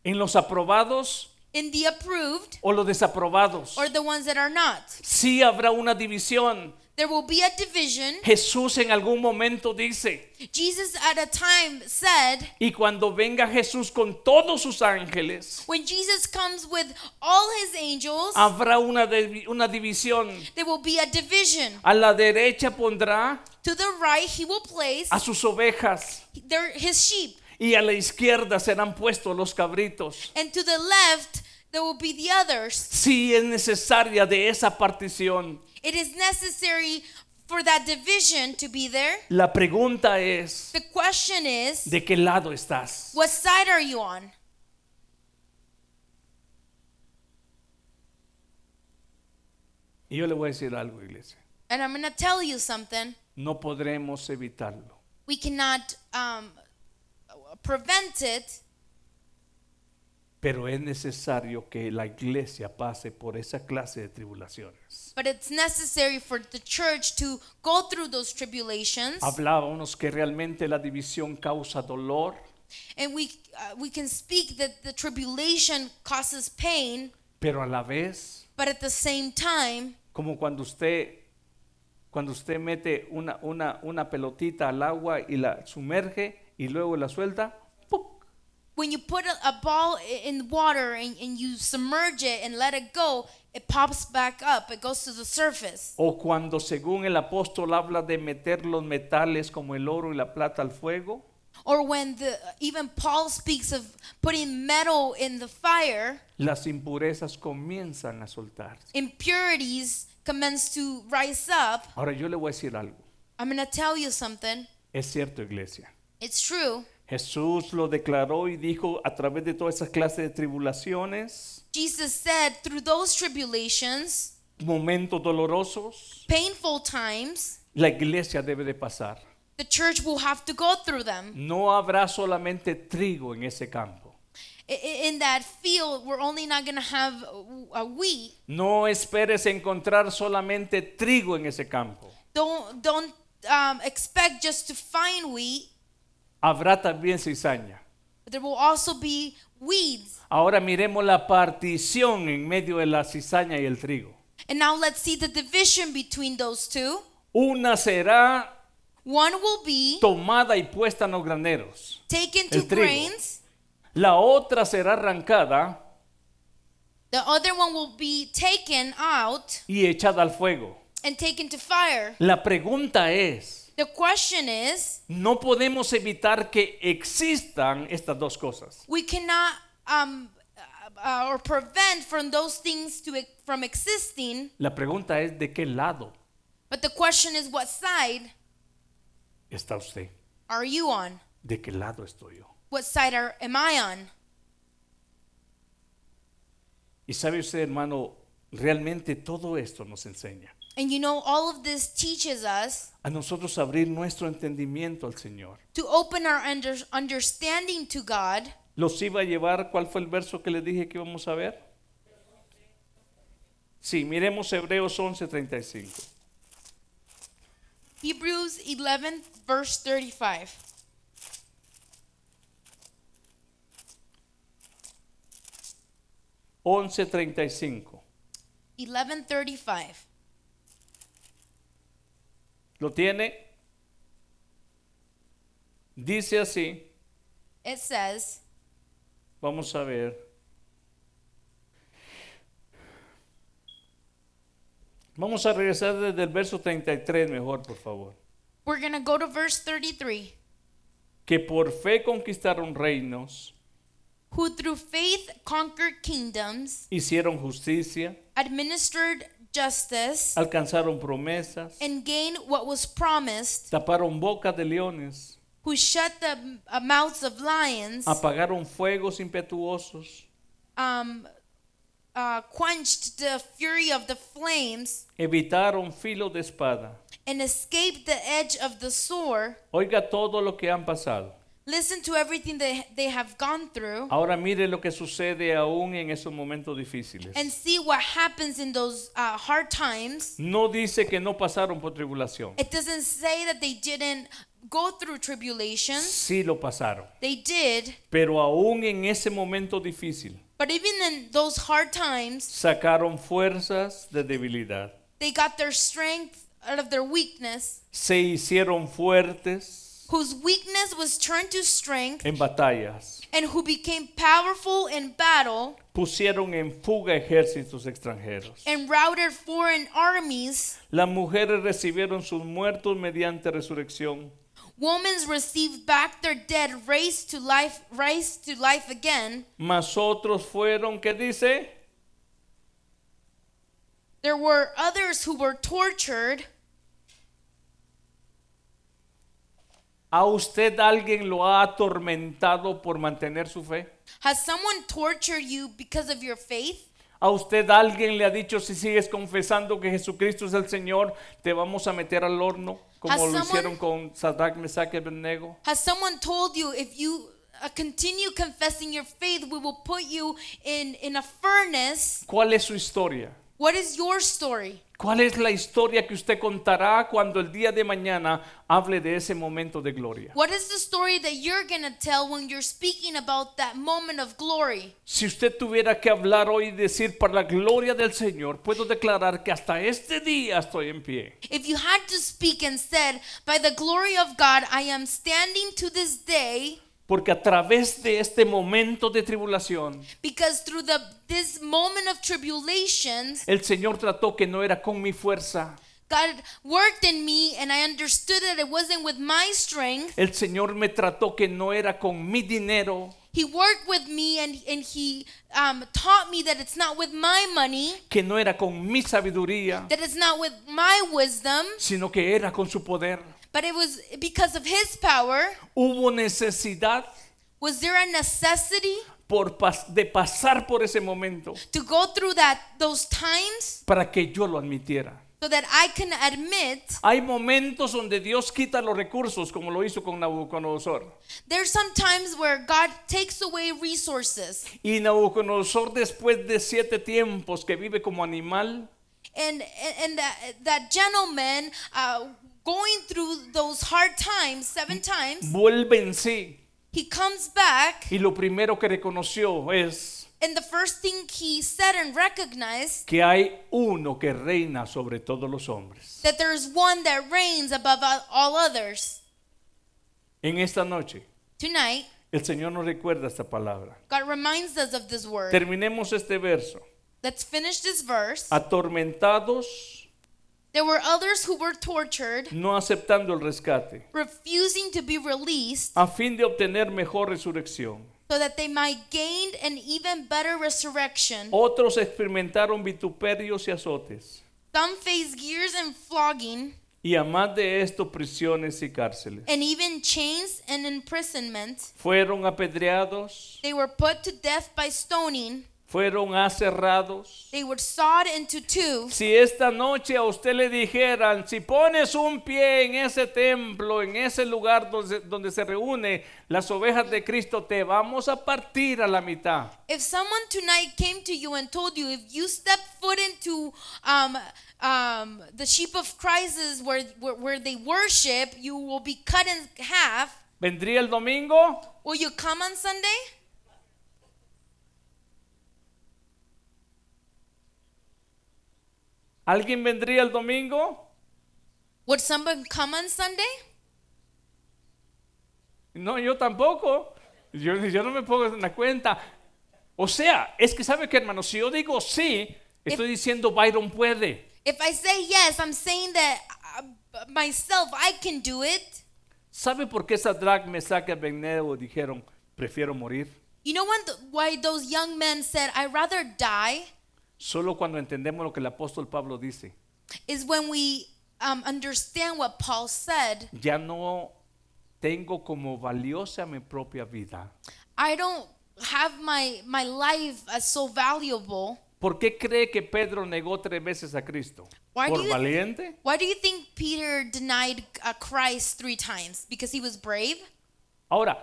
Speaker 1: ¿En los aprobados
Speaker 2: In the approved
Speaker 1: o los desaprobados?
Speaker 2: or the ones that are not?
Speaker 1: Sí habrá una división.
Speaker 2: There will be a division.
Speaker 1: Jesús en algún momento dice,
Speaker 2: Jesus at a time said,
Speaker 1: y cuando venga Jesús con todos sus ángeles,
Speaker 2: when Jesus comes with all his angels,
Speaker 1: habrá una, divi- una división.
Speaker 2: there will be a division.
Speaker 1: A la derecha pondrá
Speaker 2: To the right, he will place
Speaker 1: a sus ovejas
Speaker 2: their, his sheep.
Speaker 1: y a la izquierda serán puestos los cabritos.
Speaker 2: and to the left there will be the others.
Speaker 1: Sí es necesaria de esa partición.
Speaker 2: It is necessary for that division to be there.
Speaker 1: La pregunta es,
Speaker 2: The question is,
Speaker 1: ¿de qué lado estás?
Speaker 2: what side are you on?
Speaker 1: Y yo le voy a decir algo, iglesia.
Speaker 2: And I'm gonna tell you something.
Speaker 1: No podremos evitarlo.
Speaker 2: We cannot um, prevent it,
Speaker 1: Pero es necesario que la iglesia pase por esa clase de tribulaciones.
Speaker 2: but it's necessary for the church to go through those tribulations.
Speaker 1: Hablábamos que realmente la división causa dolor,
Speaker 2: And we uh, we can speak that the tribulation causes pain,
Speaker 1: pero a la vez,
Speaker 2: but at the same time,
Speaker 1: como cuando usted cuando usted mete una, una, una pelotita al agua y la sumerge y luego la suelta, ¡puc!
Speaker 2: when you put a, a ball i- in water and, and you submerge it and let it go, it pops back up. It goes to the surface.
Speaker 1: o cuando según el apóstol habla de meter los metales como el oro y la plata al fuego,
Speaker 2: Or when the even Paul speaks of putting metal in the fire,
Speaker 1: las impurezas comienzan a soltarse.
Speaker 2: impurities commence to rise up.
Speaker 1: Ahora yo le voy a decir algo,
Speaker 2: I'm gonna tell you something.
Speaker 1: es cierto iglesia,
Speaker 2: It's true.
Speaker 1: Jesús lo declaró y dijo a través de todas esas clases de tribulaciones,
Speaker 2: Jesus said through those tribulations,
Speaker 1: momentos dolorosos,
Speaker 2: painful times,
Speaker 1: la iglesia debe de pasar.
Speaker 2: the church will have to go through them.
Speaker 1: No habrá solamente trigo en ese campo.
Speaker 2: I- i- In that field, we're only not gonna have a- a wheat.
Speaker 1: No esperes encontrar solamente trigo en ese campo.
Speaker 2: don't don't um, expect just to find wheat.
Speaker 1: Habrá también cizaña.
Speaker 2: There will also be weeds.
Speaker 1: Ahora miremos la partición en medio de la cizaña y el trigo.
Speaker 2: And now let's see the division between those two.
Speaker 1: Una será
Speaker 2: One will be
Speaker 1: tomada y puesta en los graneros.
Speaker 2: taken
Speaker 1: El
Speaker 2: to
Speaker 1: trigo.
Speaker 2: grains.
Speaker 1: La otra será arrancada
Speaker 2: The other one will be taken out
Speaker 1: y echada al fuego.
Speaker 2: and taken to fire.
Speaker 1: La pregunta es,
Speaker 2: The question is,
Speaker 1: no podemos evitar que existan estas dos cosas.
Speaker 2: we cannot um, uh, uh, or prevent from those things to e- from existing.
Speaker 1: La pregunta es, ¿de qué lado
Speaker 2: But the question is, what side
Speaker 1: está usted?
Speaker 2: are you on?
Speaker 1: ¿De qué lado estoy yo?
Speaker 2: What side are, am I on?
Speaker 1: Y sabe usted, hermano, realmente todo esto nos enseña
Speaker 2: And you know, all of this teaches us
Speaker 1: a nosotros abrir nuestro entendimiento al Señor.
Speaker 2: to open our under, understanding to God.
Speaker 1: Los iba a llevar, ¿cuál fue el verso que les dije que íbamos a ver? Sí, miremos Hebreos 11:35.
Speaker 2: Hebrews 11, verse 35.
Speaker 1: once treinta y cinco
Speaker 2: 11:35.
Speaker 1: ¿Lo tiene? Dice así,
Speaker 2: It says,
Speaker 1: vamos a ver. Vamos a regresar desde el verso 33 mejor, por favor.
Speaker 2: we're going to go to verse 33.
Speaker 1: Que por fe conquistaron reinos,
Speaker 2: Who through faith conquered kingdoms,
Speaker 1: hicieron justicia,
Speaker 2: administered justice,
Speaker 1: alcanzaron promesas,
Speaker 2: and gained what was promised,
Speaker 1: taparon bocas de leones,
Speaker 2: who shut the uh, mouths of lions,
Speaker 1: apagaron fuegos impetuosos,
Speaker 2: um, uh, quenched the fury of the flames,
Speaker 1: evitaron filo de espada.
Speaker 2: and escaped the edge of the sword.
Speaker 1: Oiga todo lo que han pasado.
Speaker 2: Listen to everything that they have gone through
Speaker 1: Ahora mire lo que sucede aún en esos momentos difíciles.
Speaker 2: and see what happens in those uh, hard times.
Speaker 1: No dice que no pasaron por tribulación.
Speaker 2: It doesn't say that they didn't go through tribulations.
Speaker 1: Sí lo pasaron.
Speaker 2: They did,
Speaker 1: Pero aún en ese momento difícil,
Speaker 2: but even in those hard times,
Speaker 1: sacaron fuerzas de debilidad.
Speaker 2: they got their strength out of their weakness,
Speaker 1: Se hicieron fuertes
Speaker 2: whose weakness was turned to strength,
Speaker 1: en batallas.
Speaker 2: and who became powerful in battle
Speaker 1: Pusieron en fuga ejércitos extranjeros.
Speaker 2: and routed foreign armies.
Speaker 1: Las mujeres recibieron sus muertos mediante resurrección.
Speaker 2: Women received back their dead, raised to life, raised to life again.
Speaker 1: Mas otros fueron, ¿qué dice?
Speaker 2: There were others who were tortured.
Speaker 1: ¿A usted alguien lo ha atormentado por mantener su fe?
Speaker 2: Has someone tortured you because of your faith?
Speaker 1: A usted alguien le ha dicho si sigues confesando que Jesucristo es el Señor, te vamos a meter al horno, como
Speaker 2: Has
Speaker 1: lo
Speaker 2: someone-
Speaker 1: hicieron con Sadrach, Mesach y Abednego.
Speaker 2: Has someone told you if you uh, continue confessing your faith, we will put you in in a furnace?
Speaker 1: ¿Cuál es su historia?
Speaker 2: What is your story?
Speaker 1: ¿Cuál es la historia que usted contará cuando el día de mañana hable de ese momento de gloria?
Speaker 2: What is the story that you're going to tell when you're speaking about that moment of glory?
Speaker 1: Si usted tuviera que hablar hoy y decir para la gloria del Señor, puedo declarar que hasta este día estoy en pie.
Speaker 2: If you had to speak and said, By the glory of God, I am standing to this day,
Speaker 1: Porque a través de este momento de tribulación,
Speaker 2: because through the this moment of tribulations,
Speaker 1: el Señor trató que no era con mi fuerza,
Speaker 2: God worked in me and I understood that it wasn't with my strength.
Speaker 1: El Señor me trató que no era con mi dinero,
Speaker 2: He worked with me and, and He um, taught me that it's not with my money,
Speaker 1: que no era con mi sabiduría,
Speaker 2: that it's not with my wisdom,
Speaker 1: sino que era con su poder.
Speaker 2: but it was because of His power.
Speaker 1: Hubo necesidad
Speaker 2: Was there a necessity
Speaker 1: por pas- de pasar por ese momento
Speaker 2: to go through that those times
Speaker 1: para que yo lo admitiera.
Speaker 2: so that I can admit
Speaker 1: Hay momentos donde Dios quita los recursos, como lo hizo con Nabucodonosor.
Speaker 2: there's some times where God takes away resources
Speaker 1: Y Nabucodonosor, después de siete tiempos que vive como animal,
Speaker 2: and and, and that, that gentleman uh, going through those hard times seven times
Speaker 1: vuelve en sí.
Speaker 2: he comes back
Speaker 1: Y lo primero que reconoció es
Speaker 2: and the first thing he said and recognized
Speaker 1: que hay uno que reina sobre todos los hombres.
Speaker 2: that there's one that reigns above all- all others
Speaker 1: En esta noche,
Speaker 2: tonight
Speaker 1: el Señor nos recuerda esta palabra.
Speaker 2: God reminds us of this word
Speaker 1: Terminemos este verso
Speaker 2: Let's finish this verse.
Speaker 1: atormentados,
Speaker 2: There were others who were tortured,
Speaker 1: no aceptando el rescate,
Speaker 2: refusing to be released,
Speaker 1: a fin de obtener mejor resurrección.
Speaker 2: so that they might gain an even better resurrection.
Speaker 1: Otros experimentaron vituperios y azotes,
Speaker 2: Some faced years in flogging,
Speaker 1: y a más de esto prisiones y cárceles.
Speaker 2: and even chains and imprisonment.
Speaker 1: Fueron apedreados,
Speaker 2: They were put to death by stoning.
Speaker 1: fueron aserrados.
Speaker 2: They were sawed into two.
Speaker 1: Si esta noche a usted le dijeran, si pones un pie en ese templo, en ese lugar donde, donde se reúne las ovejas de Cristo, te vamos a partir a la mitad.
Speaker 2: If someone tonight came to you and told you, if you step foot into um, um, the sheep of Christ's where, where, where they worship, you will be cut in half.
Speaker 1: ¿Vendría el domingo?
Speaker 2: Will you come on Sunday?
Speaker 1: ¿Alguien vendría el domingo?
Speaker 2: Would someone come on Sunday?
Speaker 1: No, yo tampoco. Yo, yo no me pongo en la cuenta. O sea, es que sabe que hermano, si yo digo sí, estoy diciendo Byron puede.
Speaker 2: If I say yes, I'm saying that uh, b- myself I can do it.
Speaker 1: ¿Sabe por qué Sadrach, Mesach y Abednego dijeron, prefiero morir?
Speaker 2: You know when th- why those young men said, "I'd rather die,"
Speaker 1: Solo cuando entendemos lo que el apóstol Pablo dice.
Speaker 2: is when we um, understand what Paul said.
Speaker 1: Ya no tengo como valiosa mi propia vida.
Speaker 2: I don't have my my life as so valuable.
Speaker 1: ¿Por qué cree que Pedro negó tres veces a Cristo?
Speaker 2: Why do
Speaker 1: ¿Por
Speaker 2: you-
Speaker 1: valiente?
Speaker 2: Why do you think Peter denied uh, Christ three times? Because he was brave.
Speaker 1: Ahora,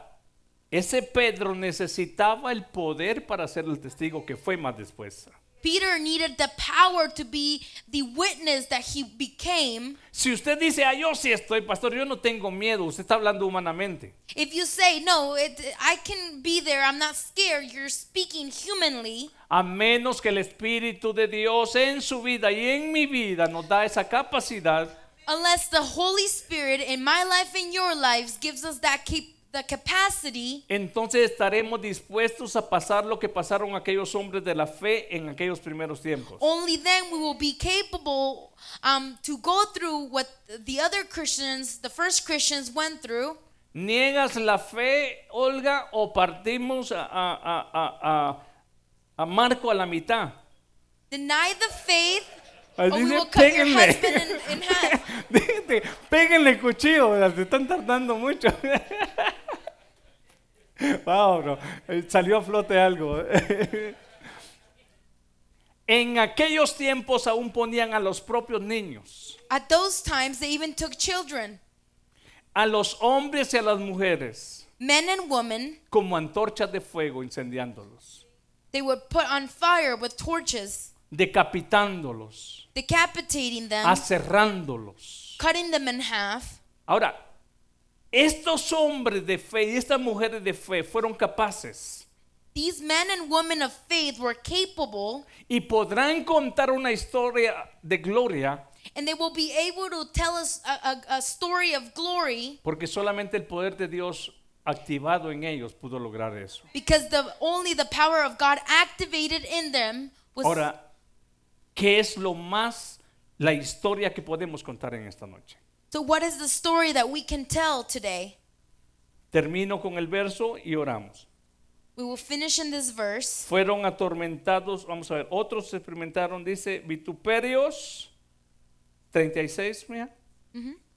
Speaker 1: ese Pedro necesitaba el poder para ser el testigo que fue más después.
Speaker 2: Peter needed the power to be the witness that he became.
Speaker 1: Si usted dice, ah, yo sí estoy, pastor, yo no tengo miedo, usted está hablando humanamente.
Speaker 2: If you say, no, it, I can be there, I'm not scared, you're speaking humanly,
Speaker 1: A menos que el Espíritu de Dios en su vida y en mi vida nos da esa capacidad,
Speaker 2: unless the Holy Spirit in my life and your lives gives us that cap- the capacity,
Speaker 1: entonces estaremos dispuestos a pasar lo que pasaron aquellos hombres de la fe en aquellos primeros tiempos.
Speaker 2: only then we will be capable um, to go through what the other Christians, the first Christians, went through.
Speaker 1: ¿Niegas la fe, Olga, o partimos a, a- a- a- a- a Marco a la mitad?
Speaker 2: Deny the faith,
Speaker 1: Ahí
Speaker 2: or we
Speaker 1: dice,
Speaker 2: will cut your
Speaker 1: "Péguenle".
Speaker 2: husband
Speaker 1: <laughs>
Speaker 2: in, in half.
Speaker 1: Dígate, péguenle cuchillo, ¿verdad? se están tardando mucho. <laughs> wow, bro, eh, salió a flote algo. <laughs> en aquellos tiempos aún ponían a los propios niños,
Speaker 2: At those times, they even took children,
Speaker 1: a los hombres y a las mujeres,
Speaker 2: men and women,
Speaker 1: como antorchas de fuego incendiándolos,
Speaker 2: they were put on fire with torches.
Speaker 1: decapitándolos,
Speaker 2: decapitating them,
Speaker 1: aserrándolos.
Speaker 2: cutting them in half.
Speaker 1: Ahora, estos hombres de fe y estas mujeres de fe fueron capaces
Speaker 2: These men and women of faith were capable,
Speaker 1: y podrán contar una historia de gloria
Speaker 2: and they will be able to tell us a, a, a story of glory
Speaker 1: porque solamente el poder de Dios activado en ellos pudo lograr eso.
Speaker 2: because the only the power of God activated in them was.
Speaker 1: Ahora, ¿qué es lo más la historia que podemos contar en esta noche?
Speaker 2: so, what is the story that we can tell today?
Speaker 1: Termino con el verso y oramos.
Speaker 2: We will finish in this verse.
Speaker 1: Fueron atormentados, vamos a ver, otros experimentaron, dice, vituperios, 36, mira,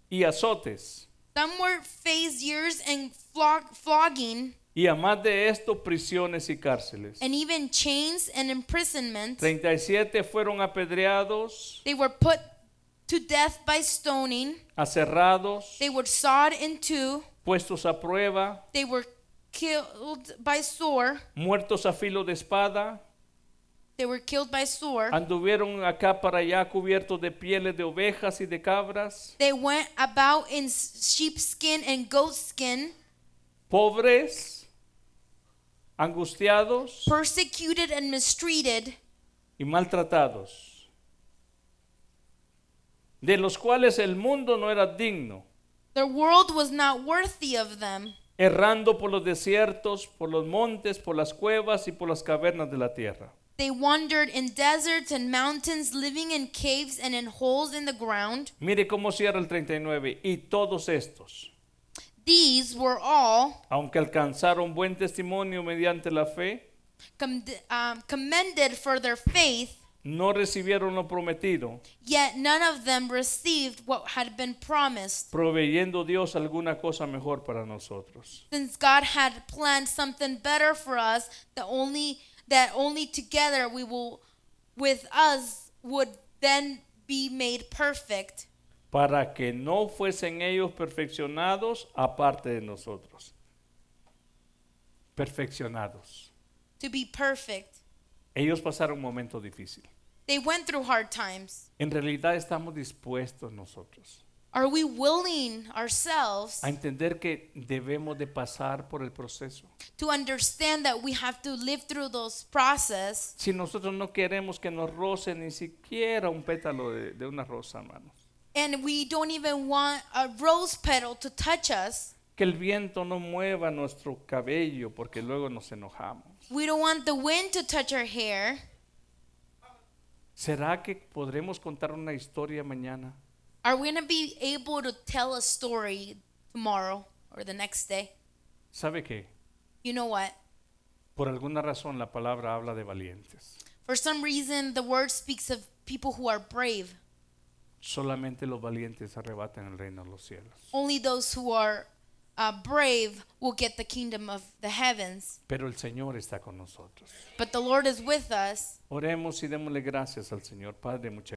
Speaker 1: y azotes.
Speaker 2: Some were phased years and flog, flogging,
Speaker 1: Y a más de esto, prisiones y cárceles.
Speaker 2: and even chains and imprisonment.
Speaker 1: 37 fueron apedreados,
Speaker 2: They were put to death by stoning.
Speaker 1: aserrados,
Speaker 2: They were sawed in two.
Speaker 1: puestos a prueba,
Speaker 2: They were killed by sword.
Speaker 1: muertos a filo de espada,
Speaker 2: They were killed by sword.
Speaker 1: anduvieron acá para allá cubiertos de pieles de ovejas y de cabras,
Speaker 2: They went about in s- sheepskin and goatskin,
Speaker 1: pobres, angustiados
Speaker 2: persecuted and mistreated,
Speaker 1: y maltratados, de los cuales el mundo no era digno,
Speaker 2: their world was not worthy of them,
Speaker 1: errando por los desiertos, por los montes, por las cuevas y por las cavernas de la tierra.
Speaker 2: They wandered in deserts and mountains, living in caves and in holes in the ground.
Speaker 1: Mire cómo cierra el 39. Y todos estos,
Speaker 2: These were all
Speaker 1: aunque alcanzaron buen testimonio mediante la fe,
Speaker 2: com- um, commended for their faith,
Speaker 1: no recibieron lo prometido,
Speaker 2: yet none of them received what had been promised,
Speaker 1: proveyendo Dios alguna cosa mejor para nosotros.
Speaker 2: since God had planned something better for us. The only that only together we will, with us, would then be made perfect,
Speaker 1: Para que no fuesen ellos perfeccionados aparte de nosotros. Perfeccionados.
Speaker 2: to be perfect.
Speaker 1: Ellos pasaron un momento difícil.
Speaker 2: They went through hard times.
Speaker 1: En realidad estamos dispuestos nosotros
Speaker 2: Are we willing ourselves
Speaker 1: a entender que debemos de pasar por el proceso.
Speaker 2: to understand that we have to live through those process?
Speaker 1: Si nosotros no queremos que nos roce ni siquiera un pétalo de, de una rosa, hermanos.
Speaker 2: And we don't even want a rose petal to touch us.
Speaker 1: Que el viento no mueva nuestro cabello porque luego nos enojamos.
Speaker 2: We don't want the wind to touch our hair.
Speaker 1: ¿Será que podremos contar una historia mañana?
Speaker 2: Are we going to be able to tell a story tomorrow or the next day?
Speaker 1: ¿Sabe qué?
Speaker 2: You know what?
Speaker 1: Por alguna razón la palabra habla de valientes.
Speaker 2: For some reason, the word speaks of people who are brave.
Speaker 1: Solamente los valientes arrebatan el reino de los cielos.
Speaker 2: Only those who are uh, brave will get the kingdom of the heavens.
Speaker 1: Pero el Señor está con nosotros.
Speaker 2: But the Lord is with us.
Speaker 1: Oremos y démosle gracias al Señor. Padre, muchas